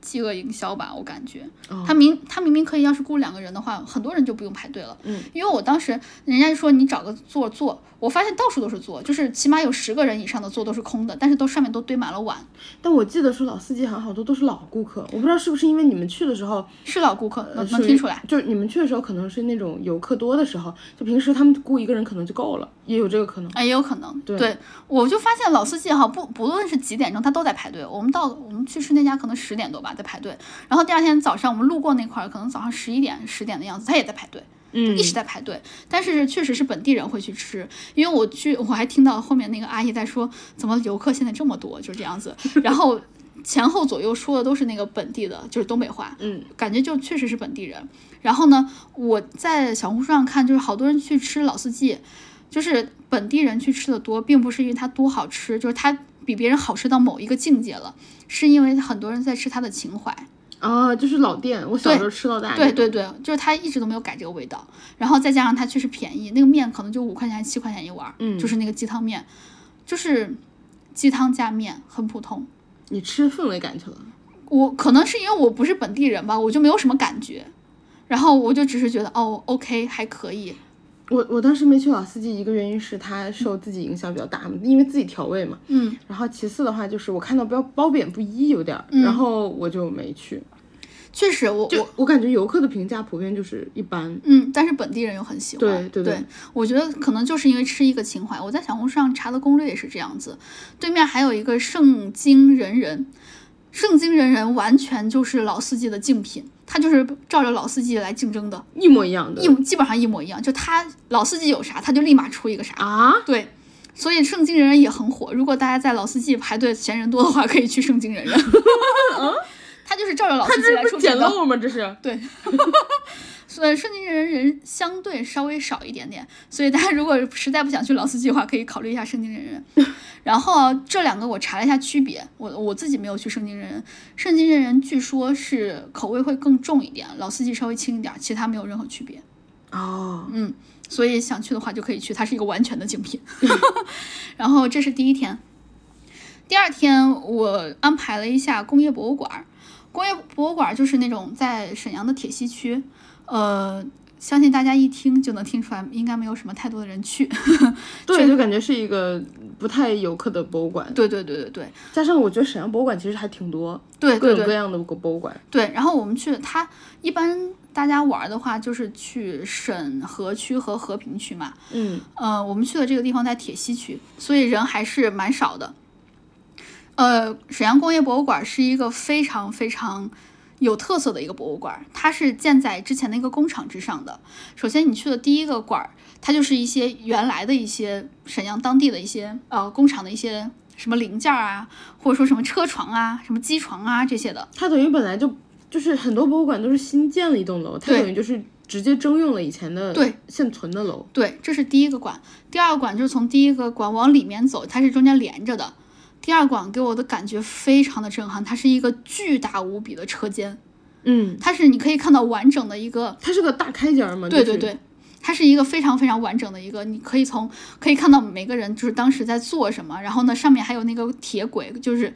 Speaker 1: 饥饿营销吧，我感觉
Speaker 2: 哦。
Speaker 1: 他明他明明可以，要是雇两个人的话，很多人就不用排队了。
Speaker 2: 嗯，
Speaker 1: 因为我当时人家就说你找个座儿坐，我发现到处都是座，就是起码有十个人以上的座都是空的，但是都上面都堆满了碗。
Speaker 2: 但我记得说老司机好像好多都是老顾客，我不知道是不是因为你们去的时候
Speaker 1: 是老顾客，呃能
Speaker 2: 呃属
Speaker 1: 能
Speaker 2: 于
Speaker 1: 听出来。，
Speaker 2: 就是你们去的时候可能是那种游客多的时候，就平时他们雇一个人可能就够了，也有这个可能。
Speaker 1: 哎，也有可能，
Speaker 2: 对
Speaker 1: 我就发现老司机哈，不不论是几点钟，他都在排队。我们到我们去吃那家可能十点多吧，在排队。然后第二天早上我们路过那块儿，可能早上十一点、十点的样子，他也在排队，
Speaker 2: 嗯
Speaker 1: 一直在排队。但是确实是本地人会去吃，因为我去我还听到后面那个阿姨在说，怎么游客现在这么多，就是这样子。然后前后左右说的都是那个本地的，就是东北话。
Speaker 2: 嗯，
Speaker 1: 感觉就确实是本地人。然后呢，我在小红书上看，就是好多人去吃老司机，就是本地人去吃的多，并不是因为它多好吃，就是它比别人好吃到某一个境界了，是因为很多人在吃它的情怀。
Speaker 2: 啊，就是老店，我小
Speaker 1: 对
Speaker 2: 时候吃到大。
Speaker 1: 对，对对，就是它一直都没有改这个味道。然后再加上它确实便宜，那个面可能就五块钱、还七块钱一碗儿，
Speaker 2: 嗯
Speaker 1: 就是那个鸡汤面，就是鸡汤加面，很普通。
Speaker 2: 你吃氛围感去了。
Speaker 1: 我可能是因为我不是本地人吧，我就没有什么感觉，然后我就只是觉得哦，OK，还可以，
Speaker 2: 我我当时没去老司机，一个原因是他受自己影响比较大嘛，因为自己调味嘛。
Speaker 1: 嗯，
Speaker 2: 然后其次的话就是我看到褒褒贬不一有点儿，
Speaker 1: 嗯
Speaker 2: 然后我就没去。
Speaker 1: 确实我
Speaker 2: 就
Speaker 1: 我。
Speaker 2: 我感觉游客的评价普遍就是一般。
Speaker 1: 嗯，但是本地人又很喜欢，
Speaker 2: 对对对
Speaker 1: 我觉得可能就是因为吃一个情怀。我在小红书上查的攻略也是这样子，对面还有一个圣经人人，圣经人人完全就是老司机的竞品，他就是照着老司机来竞争的，
Speaker 2: 一模一样的
Speaker 1: 一基本上一模一样，就他老司机有啥，他就立马出一个啥，
Speaker 2: 啊，
Speaker 1: 对，所以圣经人人也很火。如果大家在老司机排队嫌人多的话，可以去圣经人人。 他就是照着老
Speaker 2: 他
Speaker 1: 司机
Speaker 2: 这
Speaker 1: 来
Speaker 2: 不
Speaker 1: 出
Speaker 2: 是
Speaker 1: 品
Speaker 2: 捡
Speaker 1: 的，
Speaker 2: 漏吗？这是
Speaker 1: 对。 所以圣经人人相对稍微少一点点，所以大家如果实在不想去老司机的话，可以考虑一下圣经人人。 然后啊这两个我查了一下区别，我我自己没有去圣经人人，圣经人人据说是口味会更重一点，老司机稍微轻一点，其他没有任何区别。
Speaker 2: 哦，
Speaker 1: 嗯，所以想去的话就可以去，它是一个完全的竞品。 然后这是第一天，第二天我安排了一下工业博物馆儿。工业博物馆儿就是那种在沈阳的铁西区，呃，相信大家一听就能听出来，应该没有什么太多的人去。
Speaker 2: 对，就感觉是一个不太游客的博物馆。
Speaker 1: 对对对对对
Speaker 2: 加上我觉得沈阳博物馆其实还挺多，
Speaker 1: 对
Speaker 2: 各
Speaker 1: 对
Speaker 2: 种各
Speaker 1: 对
Speaker 2: 样的博物馆。
Speaker 1: 对。然后我们去它一般大家玩儿的话，就是去沈河区和和平区嘛。
Speaker 2: 嗯，
Speaker 1: 呃，我们去的这个地方在铁西区，所以人还是蛮少的。呃，沈阳工业博物馆是一个非常非常有特色的一个博物馆，它是建在之前的一个工厂之上的。首先，你去的第一个馆儿，它就是一些原来的一些沈阳当地的一些呃工厂的一些什么零件儿啊，或者说什么车床啊、什么机床啊这些的。
Speaker 2: 它等于本来就就是很多博物馆都是新建了一栋楼，它
Speaker 1: 对
Speaker 2: 等于就是直接征用了以前的
Speaker 1: 对
Speaker 2: 现存的楼。
Speaker 1: 对，这是第一个馆。第二个馆就是从第一个馆往里面走，它是中间连着的。第二馆给我的感觉非常的震撼，它是一个巨大无比的车间，
Speaker 2: 嗯，
Speaker 1: 它是你可以看到完整的一个，
Speaker 2: 它是个大开间儿嘛？
Speaker 1: 对
Speaker 2: 就
Speaker 1: 对
Speaker 2: 是，
Speaker 1: 对，它是一个非常非常完整的一个，你可以从可以看到每个人就是当时在做什么，然后呢上面还有那个铁轨，就是。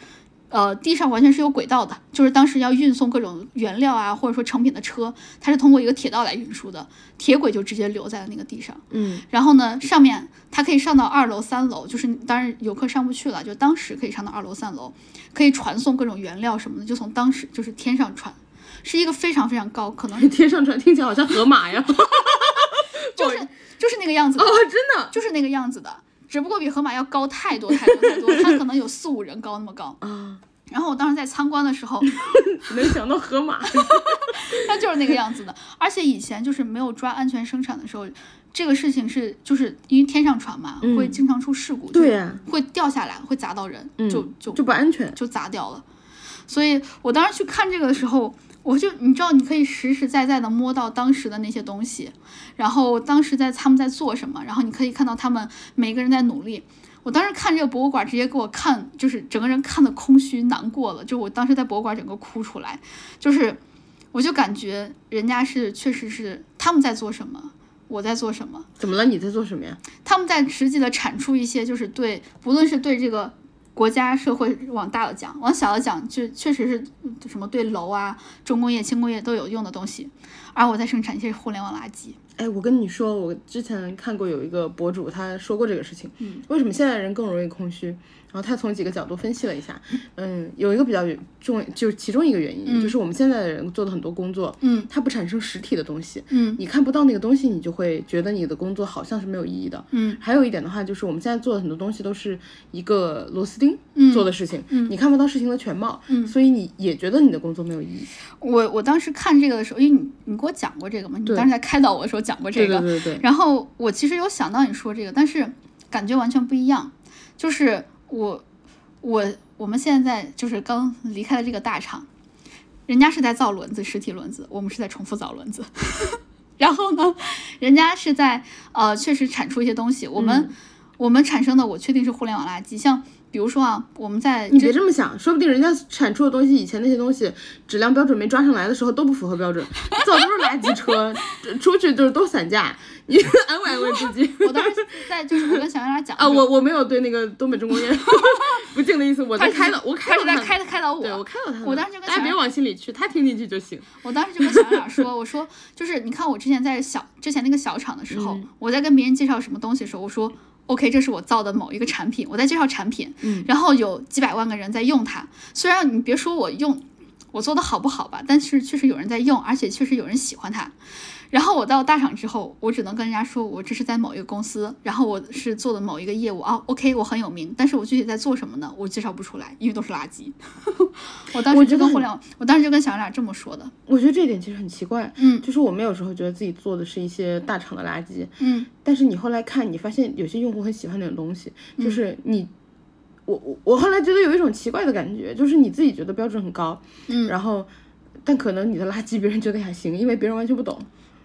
Speaker 1: 呃，地上完全是有轨道的，就是当时要运送各种原料啊，或者说成品的车，它是通过一个铁道来运输的，铁轨就直接留在了那个地上。
Speaker 2: 嗯，
Speaker 1: 然后呢，上面它可以上到二楼、三楼，就是当然游客上不去了，就当时可以上到二楼、三楼，可以传送各种原料什么的，就从当时就是天上传，是一个非常非常高，可能
Speaker 2: 贴上传听起来好像河马呀。
Speaker 1: 就是就是那个样子的
Speaker 2: 哦，，真的
Speaker 1: 就是那个样子的，只不过比河马要高太多太多太多，它可能有四五人高那么高。
Speaker 2: 啊，
Speaker 1: 然后我当时在参观的时候，
Speaker 2: 能想到河马。
Speaker 1: 它就是那个样子的，而且以前就是没有抓安全生产的时候。这个事情是就是因为天上船嘛，
Speaker 2: 嗯
Speaker 1: 会经常出事故，
Speaker 2: 对呀
Speaker 1: 就会掉下来，会砸到人，
Speaker 2: 嗯
Speaker 1: 就就
Speaker 2: 就不安全。
Speaker 1: 就砸掉了。所以我当时去看这个的时候，我就你知道，你可以实实在在的摸到当时的那些东西，然后当时在他们在做什么，然后你可以看到他们每个人在努力。我当时看这个博物馆，直接给我看，就是整个人看的空虚难过了，就我当时在博物馆整个哭出来，就是我就感觉人家是确实是他们在做什么，我在做什么。
Speaker 2: 怎么了？你在做什么呀？
Speaker 1: 他们在实际的产出一些，就是对，不论是对这个国家社会往大了讲，往小了讲，就确实是嗯什么对楼啊、重工业、轻工业都有用的东西，而我在生产一些互联网垃圾。
Speaker 2: 哎，我跟你说，我之前看过有一个博主，他说过这个事情。嗯，为什么现在人更容易空虚？然后他从几个角度分析了一下。嗯，有一个比较重，就是其中一个原因，就是我们现在的人做的很多工作，
Speaker 1: 嗯
Speaker 2: 它不产生实体的东西，
Speaker 1: 嗯
Speaker 2: 你看不到那个东西，你就会觉得你的工作好像是没有意义的。
Speaker 1: 嗯，
Speaker 2: 还有一点的话，就是我们现在做的很多东西都是一个螺丝钉
Speaker 1: 嗯
Speaker 2: 做的事情，你看不到事情的全貌，
Speaker 1: 嗯
Speaker 2: 所以你也觉得你的工作没有意义。
Speaker 1: 我我当时看这个的时候，因为你你给我讲过这个嘛，你
Speaker 2: 对
Speaker 1: 当时在开导我的时候讲过这个，
Speaker 2: 对对对对，
Speaker 1: 然后我其实有想到你说这个，但是感觉完全不一样。就是我，我我们现在就是刚离开了这个大厂，人家是在造轮子，实体轮子，我们是在重复造轮子。 然后呢，人家是在呃确实产出一些东西，我们、
Speaker 2: 嗯
Speaker 1: 我们产生的我确定是互联网垃圾，像比如说啊，我们在
Speaker 2: 你别这么想，说不定人家产出的东西，以前那些东西质量标准没抓上来的时候都不符合标准，造的都是垃圾车，出去就是都散架。你 安慰安慰自己
Speaker 1: 我当时在就是我跟小圆脸讲
Speaker 2: 啊！我我没有对那个东北重工业 不敬的意思，我在开导，我
Speaker 1: 他
Speaker 2: 开
Speaker 1: 是
Speaker 2: 导
Speaker 1: 在
Speaker 2: 他，
Speaker 1: 开开导我，
Speaker 2: 对我开导他们。
Speaker 1: 我当时就跟
Speaker 2: 大家
Speaker 1: 小
Speaker 2: 别往心里去，他听进去就行。
Speaker 1: 我当时就跟小冉说：“我说就是你看我之前在小之前那个小厂的时候，
Speaker 2: 嗯
Speaker 1: 我在跟别人介绍什么东西的时候，我说 OK，这是我造的某一个产品，我在介绍产品，
Speaker 2: 嗯
Speaker 1: 然后有几百万个人在用它。虽然你别说我用我做的好不好吧，但是确实有人在用，而且确实有人喜欢它。”然后我到大厂之后，我只能跟人家说，我这是在某一个公司，然后我是做的某一个业务啊，OK，我很有名，但是我具体在做什么呢？我介绍不出来，因为都是垃圾。 我当时
Speaker 2: 我
Speaker 1: 就
Speaker 2: 觉得
Speaker 1: 跟
Speaker 2: 很
Speaker 1: 互联网，我当时就跟小冉这么说的，
Speaker 2: 我觉得这一点其实很奇怪，
Speaker 1: 嗯
Speaker 2: 就是我们有时候觉得自己做的是一些大厂的垃圾，
Speaker 1: 嗯，
Speaker 2: 但是你后来看，你发现有些用户很喜欢那种东西，
Speaker 1: 嗯
Speaker 2: 就是你，我我我后来觉得有一种奇怪的感觉，就是你自己觉得标准很高，
Speaker 1: 嗯
Speaker 2: 然后，但可能你的垃圾别人觉得还行，因为别人完全不懂，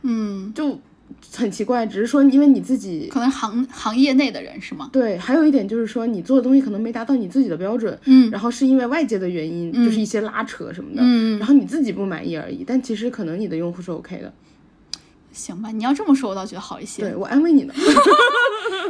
Speaker 1: 嗯，
Speaker 2: 就很奇怪。只是说因为你自己
Speaker 1: 可能行行业内的人是吗？
Speaker 2: 对，还有一点就是说你做的东西可能没达到你自己的标准，
Speaker 1: 嗯
Speaker 2: 然后是因为外界的原因，就是一些拉扯什么的，
Speaker 1: 嗯
Speaker 2: 然后你自己不满意而已，但其实可能你的用户是 OK 的。
Speaker 1: 行吧，你要这么说，我倒觉得好一些。
Speaker 2: 对我安慰你呢。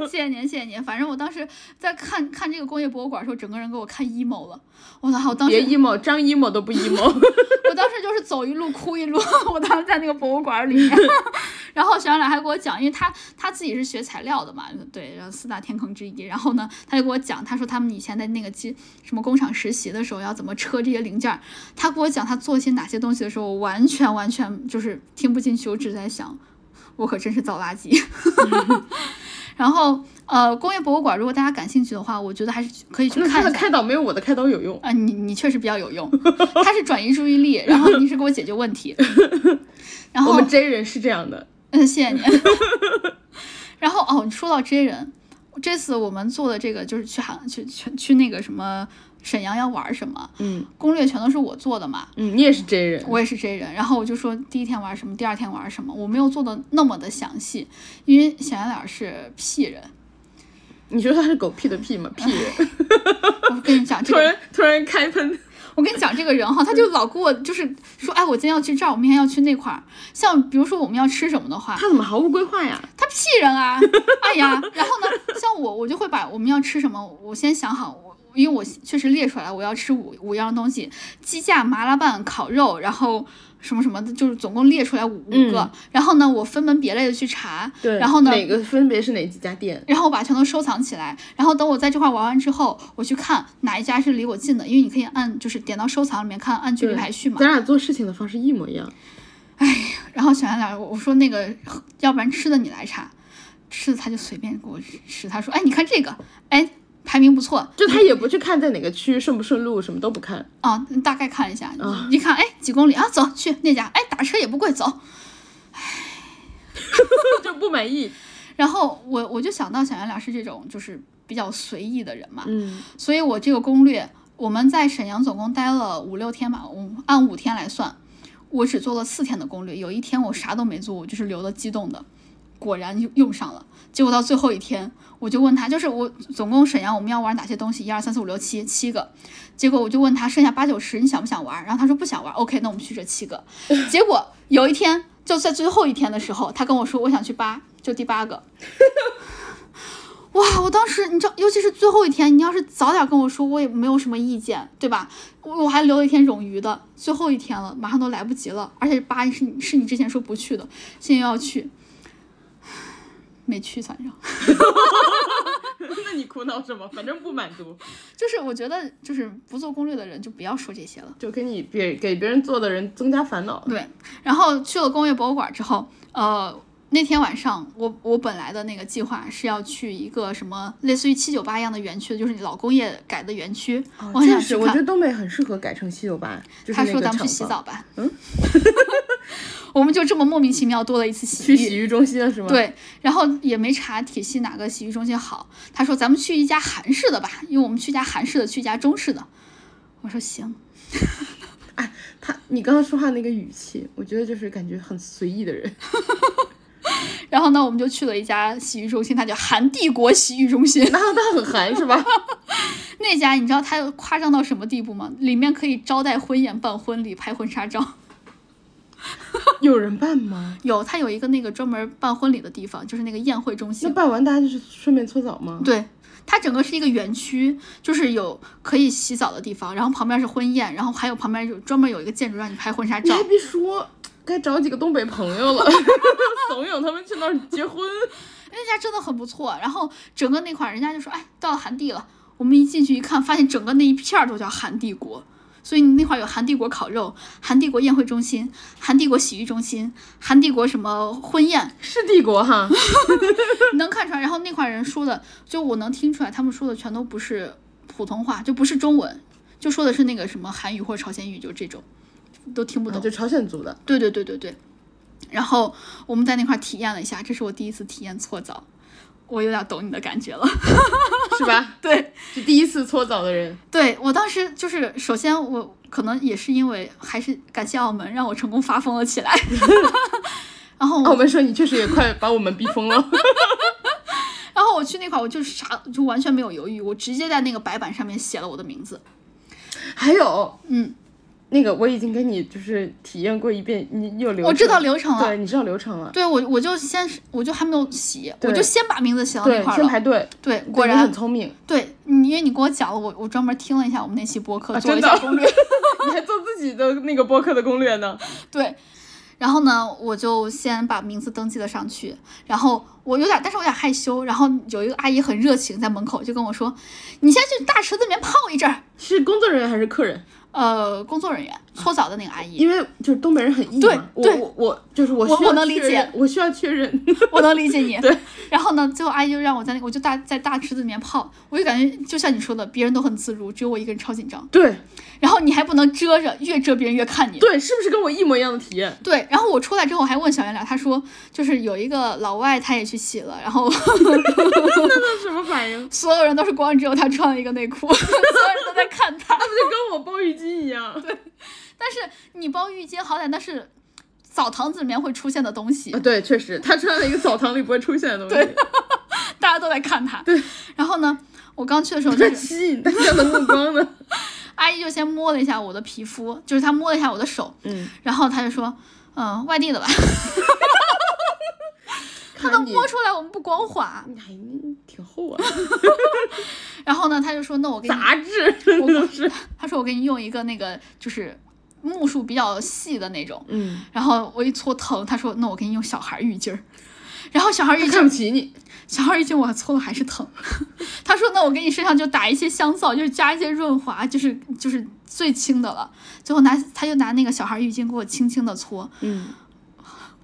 Speaker 1: 谢谢您，谢谢您。反正我当时在看看这个工业博物馆的时候，整个人给我看 emo 了。我操！我 当时
Speaker 2: 别 emo，张 emo 都不 emo。
Speaker 1: 我当时就是走一路哭一路， 我当时在那个博物馆里面。 然后小冉还给我讲，因为他他自己是学材料的嘛，对，然后四大天坑之一。然后呢，他就给我讲，他说他们以前在那个机什么工厂实习的时候要怎么车这些零件儿。他给我讲他做一些哪些东西的时候，我完全完全就是听不进去，我只在想，我可真是造垃圾。 然后呃，工业博物馆如果大家感兴趣的话，我觉得还是可以去
Speaker 2: 那
Speaker 1: 看
Speaker 2: 他
Speaker 1: 一下
Speaker 2: 的。开导没有我的开导有用。
Speaker 1: 啊，你你确实比较有用， 他是转移注意力，然后你是给我解决问 题，然后
Speaker 2: 我们 J 人是这样的，
Speaker 1: 嗯，谢谢你。 然后哦，你说到 J 人，这次我们做的这个就是去韩去去去那个什么沈阳要玩什么
Speaker 2: 嗯
Speaker 1: 攻略，全都是我做的嘛，
Speaker 2: 嗯，你也是 J 人，
Speaker 1: 我也是 J 人。然后我就说第一天玩什么，第二天玩什么，我没有做的那么的详细，因为小圆脸是 P 人，
Speaker 2: 你说他是狗屁的屁吗？屁人，
Speaker 1: 我跟你讲这
Speaker 2: 突
Speaker 1: 个
Speaker 2: 然突然开喷，
Speaker 1: 我跟你讲，这个人哈，他就老给我就是说，哎，我今天要去这儿，我明天要去那块儿。像比如说我们要吃什么的话，
Speaker 2: 他怎么毫无规划呀？
Speaker 1: 他屁人啊！哎呀，然后呢，像我，我就会把我们要吃什么，我先想好，我因为我确实列出来了，我要吃五五样东西：鸡架、麻辣拌、烤肉，然后什么什么的，就是总共列出来五
Speaker 2: 嗯
Speaker 1: 五个。然后呢，我分门别类的去查，
Speaker 2: 对，
Speaker 1: 然后呢，
Speaker 2: 哪个分别是哪几家店？
Speaker 1: 然后我把全都收藏起来，然后等我在这块玩完之后，我去看哪一家是离我近的，因为你可以按就是点到收藏里面看按距离
Speaker 2: 对
Speaker 1: 排序嘛。
Speaker 2: 咱俩做事情的方式一模一样，
Speaker 1: 然后小圆脸，我我说那个，要不然吃的你来查，吃的他就随便给我吃。他说，哎，你看这个，哎，排名不错
Speaker 2: 就他也不去看在哪个区顺不顺路，什么都不看。
Speaker 1: 啊，大概看一下，一看，哎，几公里啊，走去那家，哎，打车也不贵，走。
Speaker 2: 就不满意，
Speaker 1: 然后我我就想到小杨老师这种就是比较随意的人嘛，
Speaker 2: 嗯
Speaker 1: 所以我这个攻略，我们在沈阳总共待了五六天吧，我按五天来算，我只做了四天的攻略，有一天我啥都没做，我就是留了激动的，果然用用上了。结果到最后一天，我就问他，就是我总共沈阳我们要玩哪些东西，一二三四五六七七个，结果我就问他剩下八九十你想不想玩，然后他说不想玩，OK，那我们去这七个。结果有一天就在最后一天的时候，他跟我说我想去八，就第八个。哇！我当时你知道，尤其是最后一天，你要是早点跟我说，我也没有什么意见，对吧？我我还留了一天冗余的，最后一天了，马上都来不及了。而且八是你是你之前说不去的，现在又要去，没去，反正
Speaker 2: 那你苦恼什么？反正不满足，
Speaker 1: 就是我觉得就是不做攻略的人就不要说这些了。
Speaker 2: 就给你别给别人做的人增加烦恼。
Speaker 1: 对，然后去了工业博物馆之后，呃，那天晚上我我本来的那个计划是要去一个什么类似于七九八一样的园区，就是老工业改的园区，我很
Speaker 2: 确
Speaker 1: 想
Speaker 2: 实，
Speaker 1: 去
Speaker 2: 我
Speaker 1: 看
Speaker 2: 觉。得东北很适合改成七九八，就是
Speaker 1: 他
Speaker 2: 那
Speaker 1: 说
Speaker 2: 个
Speaker 1: 咱们去
Speaker 2: 厂
Speaker 1: 洗
Speaker 2: 房
Speaker 1: 澡吧。嗯， 我们就这么莫名其妙多了一次洗
Speaker 2: 去
Speaker 1: 浴。
Speaker 2: 洗浴中心了是吗？，
Speaker 1: 对，然后也没查体系哪个洗浴中心好。他说咱们去一家韩式的吧，因为我们去一家韩式的，去一家中式的。我说行，
Speaker 2: 他你刚刚说话那个语气，我觉得就是感觉很随意的人。
Speaker 1: 然后呢，我们就去了一家洗浴中心，它叫韩帝国洗浴中心。
Speaker 2: 那他很寒是吧？
Speaker 1: 那家你知道它有夸张到什么地步吗？里面可以招待婚宴、办婚礼、拍婚纱照。
Speaker 2: 有人办吗？
Speaker 1: 有，它有一个那个专门办婚礼的地方，就是那个宴会中心
Speaker 2: 那。办完大家就是顺便搓澡吗？
Speaker 1: 对，它整个是一个园区，就是有可以洗澡的地方，然后旁边是婚宴，然后还有旁边有专门有一个建筑让你拍婚纱
Speaker 2: 你
Speaker 1: 照
Speaker 2: 还。别说，该找几个东北朋友 了，怂恿他们去那儿结婚。
Speaker 1: 那家真的很不错，然后整个那块儿人家就说，哎，到了韩帝了。我们一进去一看，发现整个那一片儿都叫韩帝国。所以那块儿有韩帝国烤肉、韩帝国宴会中心、韩帝国洗浴中心、韩帝国什么婚宴，
Speaker 2: 是帝国哈，
Speaker 1: 能看出来。然后那块儿人说的，就我能听出来，他们说的全都不是普通话，就不是中文，就说的是那个什么韩语或者朝鲜语，就这种，都听不
Speaker 2: 啊
Speaker 1: 懂。
Speaker 2: 就朝鲜族的，
Speaker 1: 对对对对对。然后我们在那块儿体验了一下，这是我第一次体验搓澡，我有点懂你的感觉了。
Speaker 2: 是吧？
Speaker 1: 对，
Speaker 2: 是第一次搓澡的人。
Speaker 1: 对我当时就是，首先我可能也是因为还是感谢澳门，让我成功发疯了起来。 然后我
Speaker 2: 澳门哦说你确实也快把我们逼疯 了。
Speaker 1: 然后我去那块儿，我就啥就完全没有犹豫，我直接在那个白板上面写了我的名字。
Speaker 2: 还有，
Speaker 1: 嗯，
Speaker 2: 那个我已经跟你就是体验过一遍，你你有流程，
Speaker 1: 我哦知道流程了
Speaker 2: 对，你知道流程了。
Speaker 1: 对我，我就先是我就还没有洗，我
Speaker 2: 对
Speaker 1: 就先把名字写到那
Speaker 2: 对，
Speaker 1: 块儿
Speaker 2: 先
Speaker 1: 了。
Speaker 2: 排队。
Speaker 1: 对，果
Speaker 2: 对你
Speaker 1: 然
Speaker 2: 很聪明，
Speaker 1: 对，你因为你给我讲了，我我专门听了一下我们那期播客，做了一
Speaker 2: 啊真
Speaker 1: 下
Speaker 2: 的
Speaker 1: 攻略。
Speaker 2: 你还做自己的那个播客的攻略呢。
Speaker 1: 对，然后呢，我就先把名字登记了上去，然后我有点，但是我有点害羞。然后有一个阿姨很热情，在门口就跟我说：“你先去大池子里面泡一阵儿。
Speaker 2: 是工作人员还是客人？”
Speaker 1: 呃，工作人员搓澡的那个阿 姨，
Speaker 2: 因为就是东北人很硬
Speaker 1: 对
Speaker 2: 嘛，
Speaker 1: 对
Speaker 2: 我我我就是我
Speaker 1: 我
Speaker 2: 需要
Speaker 1: 我能理
Speaker 2: 确认
Speaker 1: 解，
Speaker 2: 我需要确认。
Speaker 1: 我能理解你。对。然后呢，最后阿姨就让我在那个，我就大在大池子里面泡，我就感觉就像你说的，别人都很自如，只有我一个人超紧张。
Speaker 2: 对
Speaker 1: 然后你还不能遮着，越遮别人越看你。
Speaker 2: 对，是不是跟我一模一样的体验？
Speaker 1: 对，然后我出来之后还问小圆脸，他说就是有一个老外他也去洗了，然后
Speaker 2: 那什么 反应？
Speaker 1: 所有人都是光着，只有他穿了一个内裤， 所有人都在看他。
Speaker 2: 那不就跟我包浴巾一样？对
Speaker 1: 但是你包浴巾，好歹那是澡堂子里面会出现的东西
Speaker 2: 啊，，对，确实，他穿了一个澡堂里不会出现的东西，
Speaker 1: 大家都在看他。对。然后呢，我刚去的 时候，就
Speaker 2: 在
Speaker 1: 是
Speaker 2: 吸引大家的目光呢。
Speaker 1: 阿姨就先摸了一下我的皮肤，就是她摸了一下我的手，
Speaker 2: 嗯，
Speaker 1: 然后她就说：“嗯，外地的吧，
Speaker 2: 看
Speaker 1: 能
Speaker 2: 你
Speaker 1: 摸出来我们不光滑。
Speaker 2: 你还挺厚啊，”
Speaker 1: 然后呢，她就说：“那我给你
Speaker 2: 杂志真的都是。
Speaker 1: 他说我给你用一个那个就是目数比较细的那种，
Speaker 2: 嗯，
Speaker 1: 然后我一搓疼，他说那我给你用小孩浴巾儿，然后小孩浴巾
Speaker 2: 看不起你，
Speaker 1: 小孩浴巾我搓了还是疼， 他说那我给你身上就打一些香皂，就是加一些润滑，就是就是最轻的了，最后拿他就拿那个小孩浴巾给我轻轻的搓，
Speaker 2: 嗯，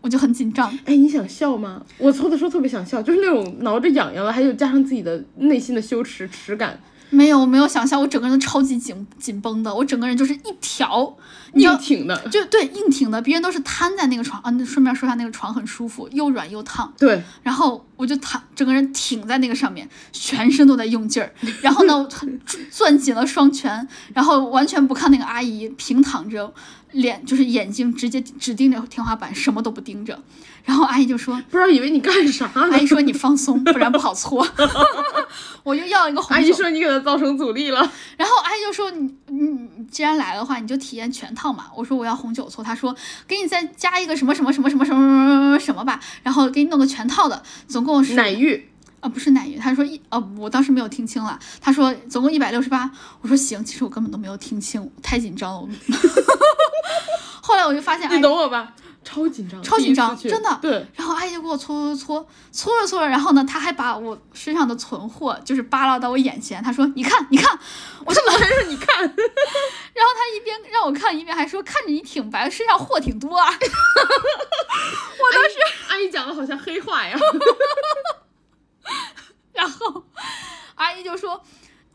Speaker 1: 我就很紧张，
Speaker 2: 哎，你想笑吗？我搓的时候特别想笑，就是那种挠着痒痒了，还有加上自己的内心的羞耻耻感，
Speaker 1: 没有没有想象我整个人都超级紧紧绷的，我整个人就是一条，你知道
Speaker 2: 硬挺的，
Speaker 1: 就对硬挺的，别人都是瘫在那个床啊。那顺便说一下，那个床很舒服，又软又烫。
Speaker 2: 对，
Speaker 1: 然后我就躺，整个人挺在那个上面，全身都在用劲儿。然后 呢，我攥紧了双拳，然后完全不看那个阿姨，平躺着，脸就是眼睛直接只盯着天花板，什么都不盯着。然后阿姨就 说
Speaker 2: 不知道以为你干啥
Speaker 1: 阿
Speaker 2: 呢
Speaker 1: 姨？说你放松，不然不好搓。 我就要一个红
Speaker 2: 阿姨
Speaker 1: 手，
Speaker 2: 说你给他造成阻力了，
Speaker 1: 然后阿姨就说你你你既然来的话，你就体验全套嘛。我说我要红酒搓，她说给你再加一个什么什么什么什么什么什么什么什么吧，然后给你弄个全套的，总共是
Speaker 2: 奶浴
Speaker 1: 啊不是奶浴，她说一哦我当时没有听清了，她说总共一百六十八，我说行，其实我根本都没有听清，太紧张了。我 后来我就发现阿姨
Speaker 2: 你懂我吧？超紧张，
Speaker 1: 哎超紧张
Speaker 2: 第一次去
Speaker 1: 真的
Speaker 2: 对，
Speaker 1: 然后阿姨就给我搓搓搓搓着搓着，然后呢，她还把我身上的存货就是扒拉到我眼前，她说：“你看，你看。”我 说：“老师，
Speaker 2: 哎
Speaker 1: 说你看。”然后她一边让我看，一边还说：“看着你挺白，身上货挺多啊。
Speaker 2: 阿姨讲的好像黑话呀。”
Speaker 1: 然后阿姨就说。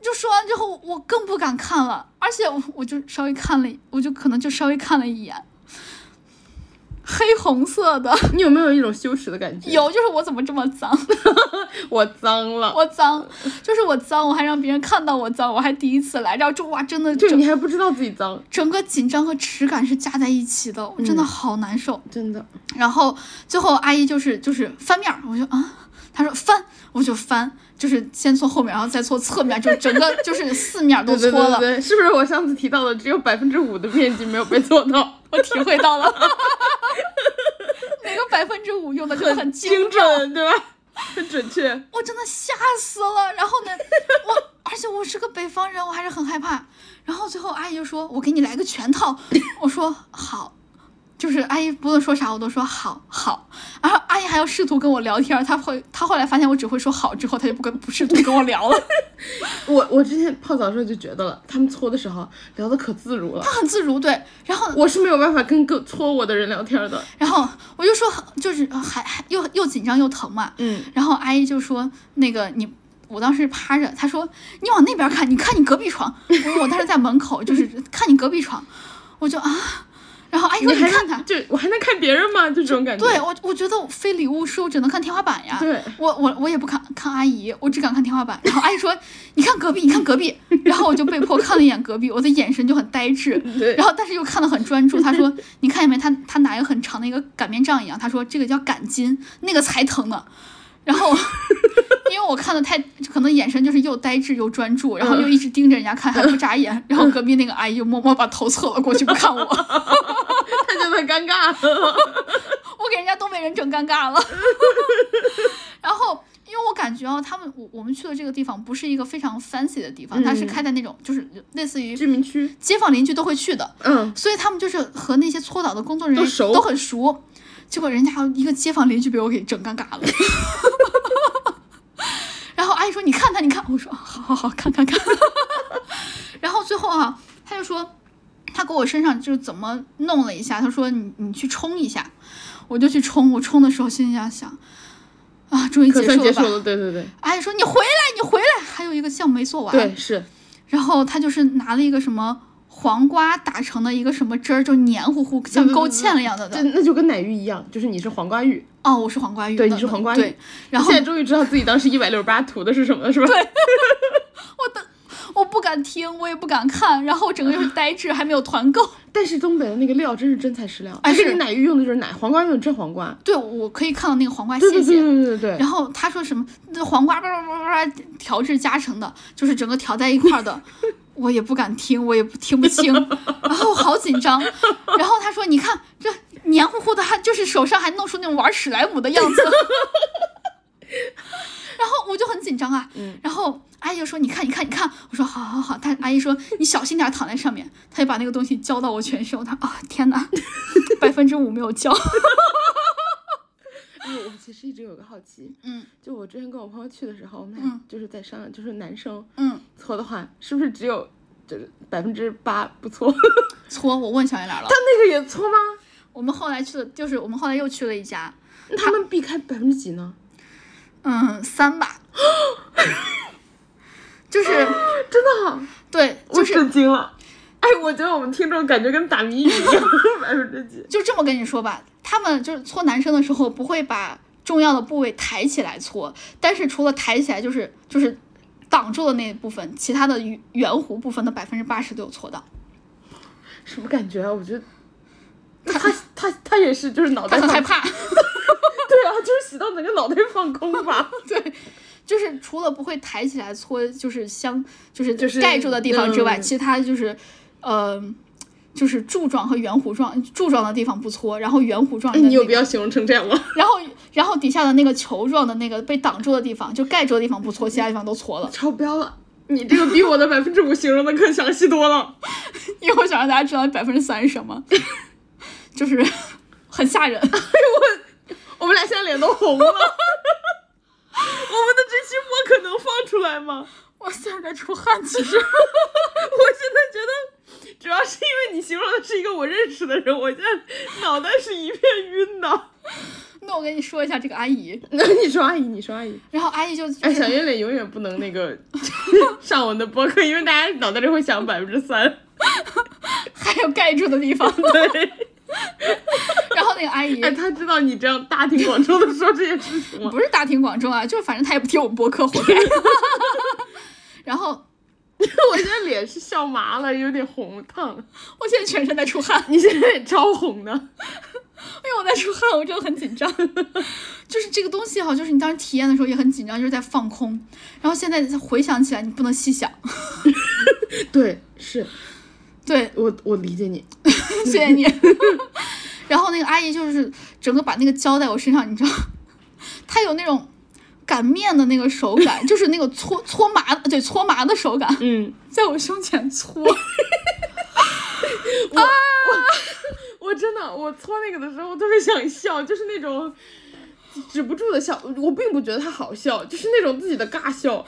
Speaker 1: 就说完之后，我更不敢看了，而且我我就稍微看了一，我就可能就稍微看了一眼，黑红色的，
Speaker 2: 你有没有一种羞耻的感觉？，
Speaker 1: 有就是我怎么这么脏，
Speaker 2: 我脏了，
Speaker 1: 我脏，就是我脏，我还让别人看到我脏，我还第一次来，然后这哇，真的
Speaker 2: 就
Speaker 1: 整
Speaker 2: 你还不知道自己脏，
Speaker 1: 整个紧张和耻感是加在一起的，我真的好难受。
Speaker 2: 真的。
Speaker 1: 然后最后阿姨就是就是翻面儿，我就啊，她说翻，我就翻，就是先搓后面，然后再搓侧面，就整个就是四面都搓
Speaker 2: 对
Speaker 1: 了。
Speaker 2: 对对，是不是我上次提到的只有百分之五的面积没有被做到？
Speaker 1: 我体会到 了，每个百分之五用的真的很精
Speaker 2: 精准对 吧？很准确。
Speaker 1: 我真的吓死了。然后呢，我而且我是个北方人，我还是很害怕。然后最后阿姨就说：“我给你来个全套。”我说：“好。”就是阿姨不论说啥，我都说好好。然后阿姨还要试图跟我聊天，她会她后来发现我只会说好，之后她就不跟不试图跟我聊了。
Speaker 2: 我我之前泡澡的时候就觉得了，他们搓的时候聊的可自如了，
Speaker 1: 她很自如，对。然后
Speaker 2: 我是没有办法跟个搓我的人聊天的。
Speaker 1: 然后我就说就是还还又又紧张又疼嘛，
Speaker 2: 嗯，
Speaker 1: 然后阿姨就说：“那个你，我当时趴着，她说你往那边看，你看你隔壁床。我说我当时在门口，就是看你隔壁床，我就啊，然后阿姨说
Speaker 2: 还
Speaker 1: 看
Speaker 2: 能
Speaker 1: 他，
Speaker 2: 就我还能看别人吗？就这种感觉。
Speaker 1: 对我我觉得我非礼勿视，我只能看天花板呀。
Speaker 2: 对
Speaker 1: 我我我也不看看阿姨，我只敢看天花板。然后阿姨说你看隔壁，你看隔壁，然后我就被迫看了一眼隔壁，我的眼神就很呆滞。
Speaker 2: 对
Speaker 1: 然后但是又看得很专注。他说：“你看见没？他他拿一个很长的一个擀面杖一样，他说这个叫擀筋，那个才疼呢。”然后，因为我看的太，可能眼神就是又呆滞又专注，然后
Speaker 2: 嗯
Speaker 1: 又一直盯着人家看，还不眨眼。然后隔壁那个阿姨就默默把头侧了过去，不看我。我
Speaker 2: 他就很尴尬。
Speaker 1: 给人家东北人整尴尬了。 然后。因为我感觉啊，他们我我们去的这个地方不是一个非常 fancy 的地方，它是
Speaker 2: 嗯
Speaker 1: 开在那种就是类似于
Speaker 2: 居民区，
Speaker 1: 街坊邻居都会去的，
Speaker 2: 嗯，
Speaker 1: 所以他们就是和那些搓澡的工作人员
Speaker 2: 都熟
Speaker 1: 很熟。结果人家一个街坊邻居被我给整尴尬 了。然后阿姨说：“你看他，你看。”我说：“好好好，看看看。” 然后最后啊，他就说，他给我身上就是怎么弄了一下，他说你：“你去冲一下。”我就去冲，我冲的时候心里想想，啊，终于
Speaker 2: 可
Speaker 1: 结
Speaker 2: 算
Speaker 1: 束
Speaker 2: 结
Speaker 1: 了
Speaker 2: 束
Speaker 1: 吧。
Speaker 2: 了，对对对，
Speaker 1: 阿姨说：“你回来，你回来。”还有一个项目没做完。
Speaker 2: 对是，
Speaker 1: 然后他就是拿了一个什么黄瓜打成的一个什么汁儿，就黏糊糊，像勾芡了一样的。
Speaker 2: 就那就跟奶浴一样，就是你是黄瓜浴，
Speaker 1: 哦，我是黄瓜鱼。
Speaker 2: 对
Speaker 1: 那
Speaker 2: 你是
Speaker 1: 那
Speaker 2: 黄瓜
Speaker 1: 对
Speaker 2: 鱼，
Speaker 1: 然后
Speaker 2: 现在终于知道自己当时一百六十八涂的是什么了，是吧？对，
Speaker 1: 我不敢听，我也不敢看，然后我整个就是呆滞，还没有团购。
Speaker 2: 但是东北的那个料真是真材实料，
Speaker 1: 哎
Speaker 2: 而且
Speaker 1: 是
Speaker 2: 你奶浴用的就是奶，黄瓜用的真黄瓜。
Speaker 1: 对，我可以看到那个黄瓜
Speaker 2: 对
Speaker 1: 屑
Speaker 2: 对对
Speaker 1: 屑。
Speaker 2: 对对对对
Speaker 1: 然后他说什么那黄瓜叭叭叭叭叭调制加成的，就是整个调在一块儿的，我也不敢听，我也不听不清，然后我好紧张。然后他说：“你看这黏糊糊的，还就是手上还弄出那种玩史莱姆的样子。” 然后我就很紧张啊，然后阿姨就说：“你看，你看，你看。”我说：“好好好。”她阿姨说：“你小心点儿，躺在上面。”她就把那个东西浇到我全身，我她啊、天哪， 百分之五没有浇。
Speaker 2: 哎我其实一直有个好奇，
Speaker 1: 嗯
Speaker 2: 就我之前跟我朋友去的时候，我们俩
Speaker 1: 嗯
Speaker 2: 就是在商量，就是男生
Speaker 1: 嗯，
Speaker 2: 搓的话，是不是只有就是百分之八不搓？
Speaker 1: 搓，我问小圆脸了
Speaker 2: 他。啊那个也搓吗？
Speaker 1: 我们后来去了，就是我们后来又去了一家，
Speaker 2: 那他们避开百分之几呢？
Speaker 1: 嗯，三吧， 就是
Speaker 2: 真的啊，
Speaker 1: 对，
Speaker 2: 我
Speaker 1: 就是
Speaker 2: 震惊了。哎，我觉得我们听众感觉跟打 谜语一样，百分之几。
Speaker 1: 就这么跟你说吧，他们就是搓男生的时候不会把。重要的部位抬起来搓，但是除了抬起来，就是就是挡住了那部分，其他的圆圆弧部分的百分之八十都有搓到。
Speaker 2: 什么感觉啊？我觉得，那 他他他也是，就是脑
Speaker 1: 他
Speaker 2: 袋
Speaker 1: 很
Speaker 2: 放
Speaker 1: 害怕，
Speaker 2: 对啊，就是洗到整个脑袋放空吧。
Speaker 1: 对，就是除了不会抬起来搓，就是相就是
Speaker 2: 就是
Speaker 1: 盖住的地方之外，
Speaker 2: 嗯
Speaker 1: 其他就是，呃，就是柱状和圆弧状，柱状的地方不搓，然后圆弧状的、那
Speaker 2: 你有
Speaker 1: 嗯个，
Speaker 2: 必要形容成这样吗？
Speaker 1: 然后然后底下的那个球状的那个被挡住的地方，就盖住的地方不搓，其他地方都搓了。
Speaker 2: 超标了，你这个比我的百分之五形容的更详细多了。
Speaker 1: 因为我想让大家知道百分之三是什么， 就是很吓人。
Speaker 2: 我们俩现在脸都红了。我们的这期播可能放出来吗？
Speaker 1: 我现在在出汗，其实
Speaker 2: 我现在觉得，主要是因为你形容的是一个我认识的人，我现在脑袋是一片晕的。
Speaker 1: 那我跟你说一下这个阿姨，
Speaker 2: 那你说阿姨，你说阿姨，
Speaker 1: 然后阿姨就
Speaker 2: 哎，
Speaker 1: 就是
Speaker 2: 小圆脸永远不能那个 上我们的播客，因为大家脑袋里会想百分之三。
Speaker 1: 还有盖住的地方，
Speaker 2: 对，
Speaker 1: 然后那个阿姨
Speaker 2: 哎，他知道你这样大庭广众的说这些事情吗？
Speaker 1: 不是大庭广众啊，就是反正他也不听我们播客，活该。 然后
Speaker 2: 我现在脸是笑麻了，有点红烫。
Speaker 1: 我现在全身在出汗，
Speaker 2: 你现在也超红的，
Speaker 1: 因为我在出汗，我真的很紧张。 就是这个东西哈，就是你当时体验的时候也很紧张，就是在放空。然后现在回想起来，你不能细想。
Speaker 2: 对，是
Speaker 1: 对，
Speaker 2: 我我理解你，
Speaker 1: 谢谢你。 然后那个阿姨就是整个把那个胶在我身上，你知道，她有那种擀面的那个手感，就是那个搓搓麻，对，搓麻的手感，
Speaker 2: 嗯，
Speaker 1: 在我胸前搓。
Speaker 2: 我真的我搓那个的时候，我特别想笑，就是那种止不住的笑，我并不觉得它好笑，就是那种自己的尬笑，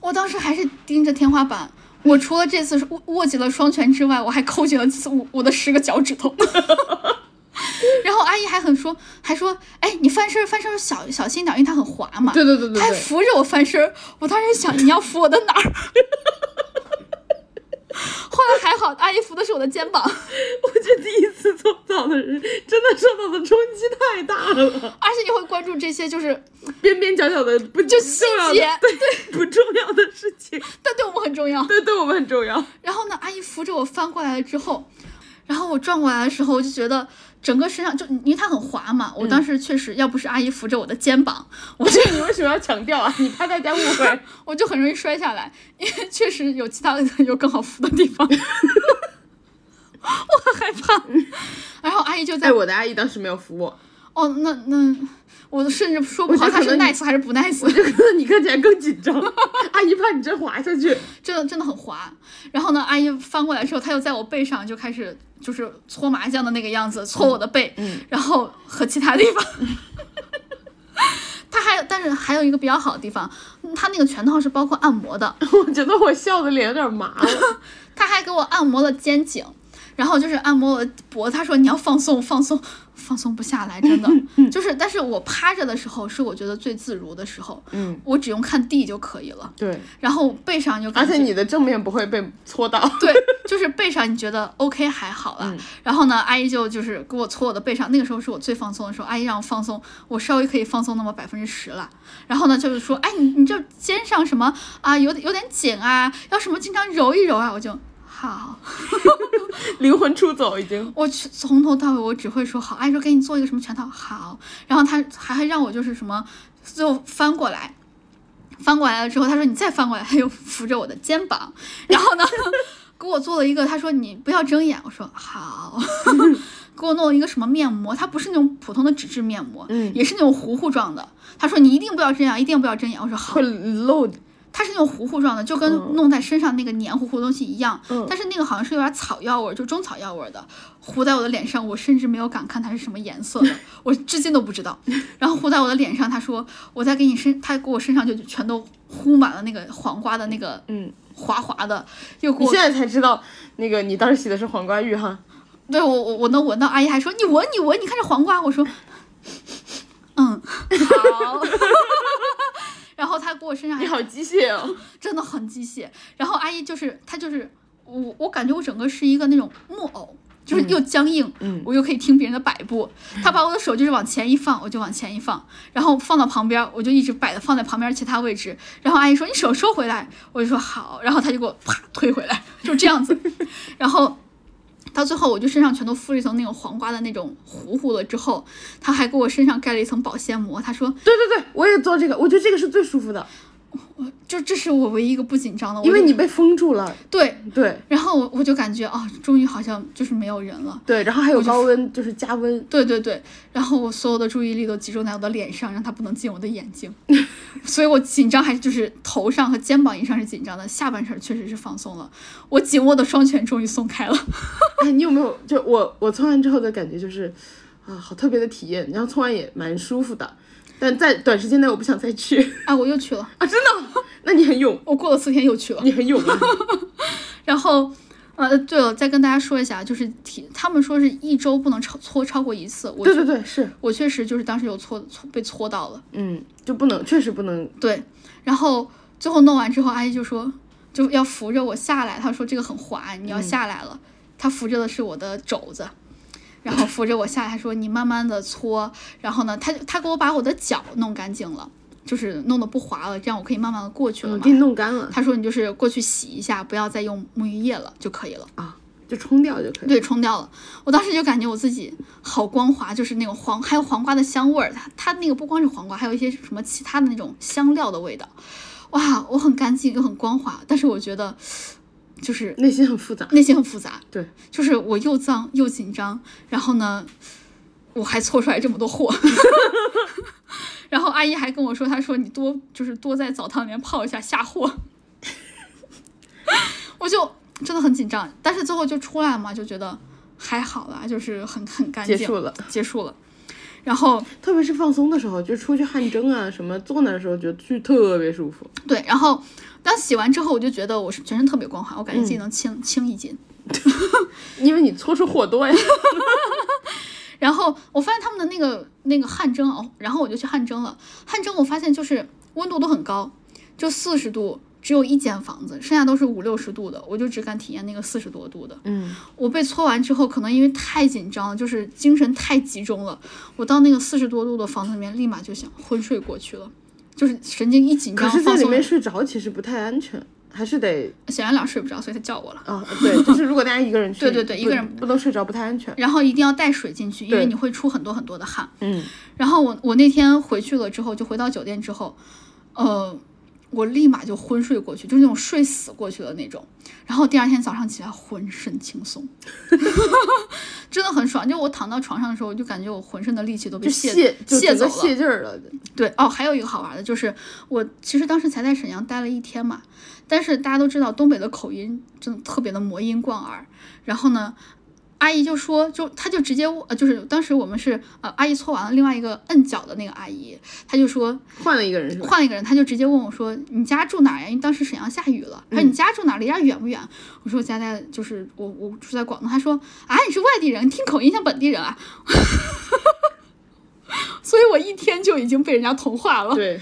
Speaker 1: 我当时还是盯着天花板。我除了这次是握握紧了双拳之外，我还抠紧了自我我的十个脚趾头。 然后阿姨还很说，还说，哎，你翻身儿翻身儿小小心点儿，因为它很滑嘛。
Speaker 2: 对对对对
Speaker 1: 她还
Speaker 2: 对，
Speaker 1: 扶着我翻身儿，我当时想你要扶我的哪儿？ 后来还好，阿姨扶的是我的肩膀，
Speaker 2: 我觉得第一次搓澡的人真的受到的冲击太大了，
Speaker 1: 而且你会关注这些，就是
Speaker 2: 边边角角的不就
Speaker 1: 细
Speaker 2: 重要的
Speaker 1: 节
Speaker 2: 对不重要的事情，
Speaker 1: 但对我们很重要。
Speaker 2: 对对我们很重要。
Speaker 1: 然后呢，阿姨扶着我翻过来了之后，然后我转过来的时候，我就觉得整个身上就因为它很滑嘛，
Speaker 2: 嗯
Speaker 1: 我当时确实要不是阿姨扶着我的肩膀，我就
Speaker 2: 这你为什么要强调啊？你怕大家 误会？
Speaker 1: 我就很容易摔下来，因为确实有其他的有更好扶的地方，我很害怕。然后阿姨就在、
Speaker 2: 嗯哎，我的阿姨当时没有扶我，
Speaker 1: 哦，那那我甚至说不好
Speaker 2: 我觉得
Speaker 1: 她是
Speaker 2: 可能
Speaker 1: nice 还是不 nice，
Speaker 2: 就可能你看起来更紧张， 阿姨怕你真滑下去。
Speaker 1: 真的真的很滑。然后呢，阿姨翻过来之后，她又在我背上就开始就是搓麻将的那个样子，搓我的背，
Speaker 2: 嗯
Speaker 1: 然后和其他地方。 她还有，但是还有一个比较好的地方，嗯她那个全套是包括按摩的，
Speaker 2: 我觉得我笑的脸有点麻了。
Speaker 1: 她还给我按摩了肩颈，然后就是按摩我的脖子，她说你要放松放松，放松不下来，真
Speaker 2: 嗯
Speaker 1: 的就是，但是我趴着的时候是我觉得最自如的时候，
Speaker 2: 嗯，
Speaker 1: 我只用看地就可以了，
Speaker 2: 对，
Speaker 1: 然后背上就
Speaker 2: 而
Speaker 1: 感觉
Speaker 2: 且你的正面不会被搓到。
Speaker 1: 对，就是背上你觉得 OK 还好啦。
Speaker 2: 嗯
Speaker 1: 然后呢，阿姨就就是给我搓我的背上，那个时候是我最放松的时候，阿姨让我放松，我稍微可以放松那么百分之十了。然后呢，就是说，哎，你你这肩上什么啊，有有点紧啊，要什么经常揉一揉啊，我就。好，
Speaker 2: 灵魂出走已经。
Speaker 1: 我去从头到尾我只会说好，哎阿姨说给你做一个什么全套好，然后她还还让我就是什么，最后翻过来，翻过来了之后，她说你再翻过来，她又扶着我的肩膀，然后呢， 给我做了一个，她说你不要睁眼，我说 好，给我弄了一个什么面膜，它不是那种普通的纸质面膜，
Speaker 2: 嗯
Speaker 1: 也是那种糊糊状的，她说你一定不要睁眼，一定不要睁眼，我说好
Speaker 2: 会，漏，
Speaker 1: 它是那种糊糊状的，就跟
Speaker 2: 嗯
Speaker 1: 弄在身上那个黏糊糊的东西一样，
Speaker 2: 嗯
Speaker 1: 但是那个好像是有点草药味儿，就中草药味儿的，糊在我的脸上，我甚至没有敢看它是什么颜 色的，我至今都不知道。然后糊在我的脸上，他说我在给你身，他给我身上就全都糊满了那个黄瓜的那个
Speaker 2: 嗯，
Speaker 1: 滑滑的，又给
Speaker 2: 你
Speaker 1: 我
Speaker 2: 现在才知道，那个你当时洗的是黄瓜浴哈，
Speaker 1: 对我我我能闻到，阿姨还说你闻你闻，你看这黄瓜，我 说嗯好， 然后他给我身上还
Speaker 2: 你好机械哦，
Speaker 1: 真的很机械。然后阿姨就是她就是我，我感觉我整个是一个那种木偶，就是
Speaker 2: 嗯
Speaker 1: 又僵硬，我又可以听别人的摆布。他把我的手就是往前一放，我就往前一放，然后放到旁边，我就一直摆放在旁边其他位置。然后阿姨说：“你手收回来。”我就说：“好。”然后他就给我啪推回来，就这样子。 然后到最后，我就身上全都敷了一层那种黄瓜的那种糊糊了。之后他还给我身上盖了一层保鲜膜，他说
Speaker 2: 对对对，我也做这个，我觉得这个是最舒服的，：“
Speaker 1: 就这是我唯一一个不紧张的。我就”
Speaker 2: 因为你被封住了。
Speaker 1: 对。
Speaker 2: 对
Speaker 1: 然后我我就感觉哦，终于好像就是没有人了。
Speaker 2: 对，然后还有高温，就是加温。
Speaker 1: 对对对，然后我所有的注意力都集中在我的脸上，让它不能进我的眼 睛，所以我紧张还是就是头上和肩膀以上是紧张的，下半身确实是放松了。我紧握的双拳终于松开了，
Speaker 2: 哎，你有没有？就我我搓完之后的感觉就是，啊，好特别的体验。然后搓完也蛮舒服的，但在短时间内我不想再去
Speaker 1: 啊，我又去了，
Speaker 2: 啊，真的。 那你很勇，
Speaker 1: 我过了四天又去了。
Speaker 2: 你很勇 啊。
Speaker 1: 然后，呃，对了，再跟大家说一下，就是体他们说是一周不能超搓超过一次，我
Speaker 2: 对对对，是，
Speaker 1: 我确实就是当时有搓搓被搓到了，
Speaker 2: 嗯，就不能，确实不能。
Speaker 1: 对，然后最后弄完之后，阿姨就说就要扶着我下来，她说这个很滑，你要下来了。她扶着的是我的肘子，然后扶着我下来，她说你慢慢的搓，然后呢，她她给我把我的脚弄干净了，就是弄得不滑了，这样我可以慢慢的过去了
Speaker 2: 嗯，
Speaker 1: 嘛
Speaker 2: 给。你弄干了
Speaker 1: 她说你就是过去洗一下，不要再用沐浴液了就可以了。
Speaker 2: 啊，就冲掉就可以。
Speaker 1: 对，冲掉了。我当时就感觉我自己好光滑，就是那种黄，还有黄瓜的香味儿。它它那个不光是黄瓜，还有一些什么其他的那种香料的味道。哇，我很干净，又很光滑，但是我觉得就是
Speaker 2: 内心很复杂。
Speaker 1: 内心很复杂，
Speaker 2: 对，
Speaker 1: 就是我又脏又紧张，然后呢，我还搓出来这么多货。 然后阿姨还跟我说，她说你多就是多在澡堂里面泡一下下货， 我就真的很紧张，但是最后就出来嘛，就觉得还好啦，就是很很干净，
Speaker 2: 结束了，
Speaker 1: 结束了。然后
Speaker 2: 特别是放松的时候，就出去汗蒸啊什么，坐那儿的时候觉得去特别舒服。
Speaker 1: 对，然后当洗完之后，我就觉得我是全身特别光滑，我感觉
Speaker 2: 嗯
Speaker 1: 自己能轻、轻一斤。
Speaker 2: 因为你搓出火多呀。
Speaker 1: 然后我发现他们的那个那个汗蒸哦，然后我就去汗蒸了。汗蒸我发现就是温度都很高，就四十度，只有一间房子，剩下都是五六十度的，我就只敢体验那个四十多度的。
Speaker 2: 嗯，
Speaker 1: 我被搓完之后，可能因为太紧张了，就是精神太集中了，我到那个四十多度的房子里面，立马就想昏睡过去了，就是神经一紧
Speaker 2: 可
Speaker 1: 张，
Speaker 2: 是在
Speaker 1: 放
Speaker 2: 里
Speaker 1: 松
Speaker 2: 面
Speaker 1: 了，
Speaker 2: 睡着其实不太安全，还是得
Speaker 1: 小圆脸睡不着，所以他叫我了。
Speaker 2: 啊，对，就是如果大家一个 人去，
Speaker 1: 对对对
Speaker 2: 不
Speaker 1: 一个人
Speaker 2: 不能睡着不太安全。
Speaker 1: 然后一定要带水进去，因为
Speaker 2: 对
Speaker 1: 你会出很多很多的汗。
Speaker 2: 嗯，
Speaker 1: 然后我我那天回去了之后，就回到酒店之后，呃，我立马就昏睡过去，就是那种睡死过去的那种。然后第二天早上起来浑身轻松， 真的很爽。就我躺到床上的时候，我就感觉我浑身的力气都被
Speaker 2: 就
Speaker 1: 卸
Speaker 2: 泄就整
Speaker 1: 走
Speaker 2: 个
Speaker 1: 了。
Speaker 2: 泄劲儿了。
Speaker 1: 对哦，还有一个好玩的就是，我其实当时才在沈阳待了一天嘛，但是大家都知道东北的口音真的特别的魔音贯耳。然后呢，阿姨就说，就她就直接呃，就是当时我们是呃，阿姨搓完了，另外一个摁脚的那个阿姨，她就说
Speaker 2: 换了一个人是吧？
Speaker 1: 换了一个人，她就直接问我说，你家住哪儿呀？因为当时沈阳下雨了，她说你家住哪儿，离家远不远？我说我家在就是我我住在广东，她说啊你是外地人，听口音像本地人啊。 所以我一天就已经被人家同化了。
Speaker 2: 对，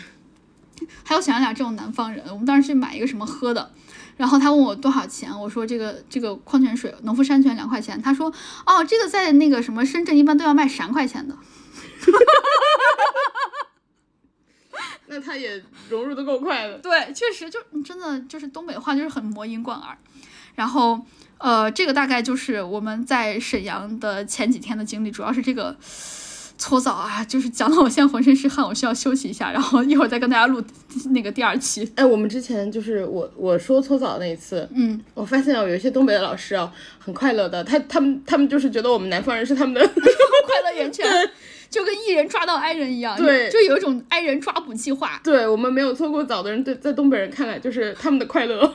Speaker 1: 还有小杨俩这种南方人，我们当时去买一个什么喝的，然后他问我多少钱，我说这个这个矿泉水农夫山泉两块钱，他说哦这个在那个什么深圳一般都要卖三块钱的，
Speaker 2: 那他也融入的够快的。
Speaker 1: 对，确实就嗯真的就是东北话就是很魔音贯耳，然后呃这个大概就是我们在沈阳的前几天的经历，主要是这个。搓澡啊，就是讲的我现在浑身是汗，我需要休息一下，然后一会儿再跟大家录那个第二期。
Speaker 2: 哎，我们之前就是我我说搓澡那一次，
Speaker 1: 嗯，
Speaker 2: 我发现啊，有一些东北的老师啊，很快乐的，他他们他们就是觉得我们南方人是他们的
Speaker 1: 快乐源泉，就跟艺人抓到 i 人一样，
Speaker 2: 对
Speaker 1: 就有一种 i 人抓捕计划，
Speaker 2: 对我们没有搓过澡的人，对，在东北人看来就是他们的快乐。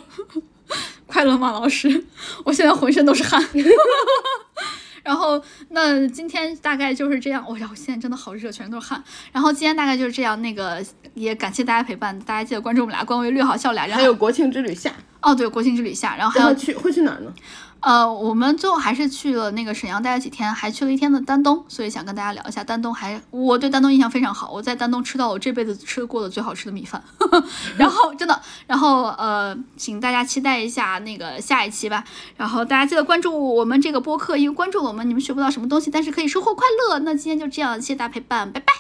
Speaker 1: 快乐吗，老师？ 我现在浑身都是汗。 然后，那今天大概就是这样。我、呀，我现在真的好热，全身都是汗。然后今天大概就是这样。那个也感谢大家陪伴，大家记得关注我们俩官微“略好笑俩人”
Speaker 2: 还有国庆之旅下，
Speaker 1: 哦，对，国庆之旅下，然后还
Speaker 2: 那
Speaker 1: 有
Speaker 2: 去会去哪儿呢？
Speaker 1: 呃，我们最后还是去了那个沈阳，待了几天，还去了一天的丹东，所以想跟大家聊一下丹东还。我对丹东印象非常好，我在丹东吃到我这辈子吃过的最好吃的米饭， 然后真的，然后呃，请大家期待一下那个下一期吧。然后大家记得关注我们这个播客，因为关注了我们，你们学不到什么东西，但是可以收获快乐。那今天就这样，谢谢大家陪伴，拜拜。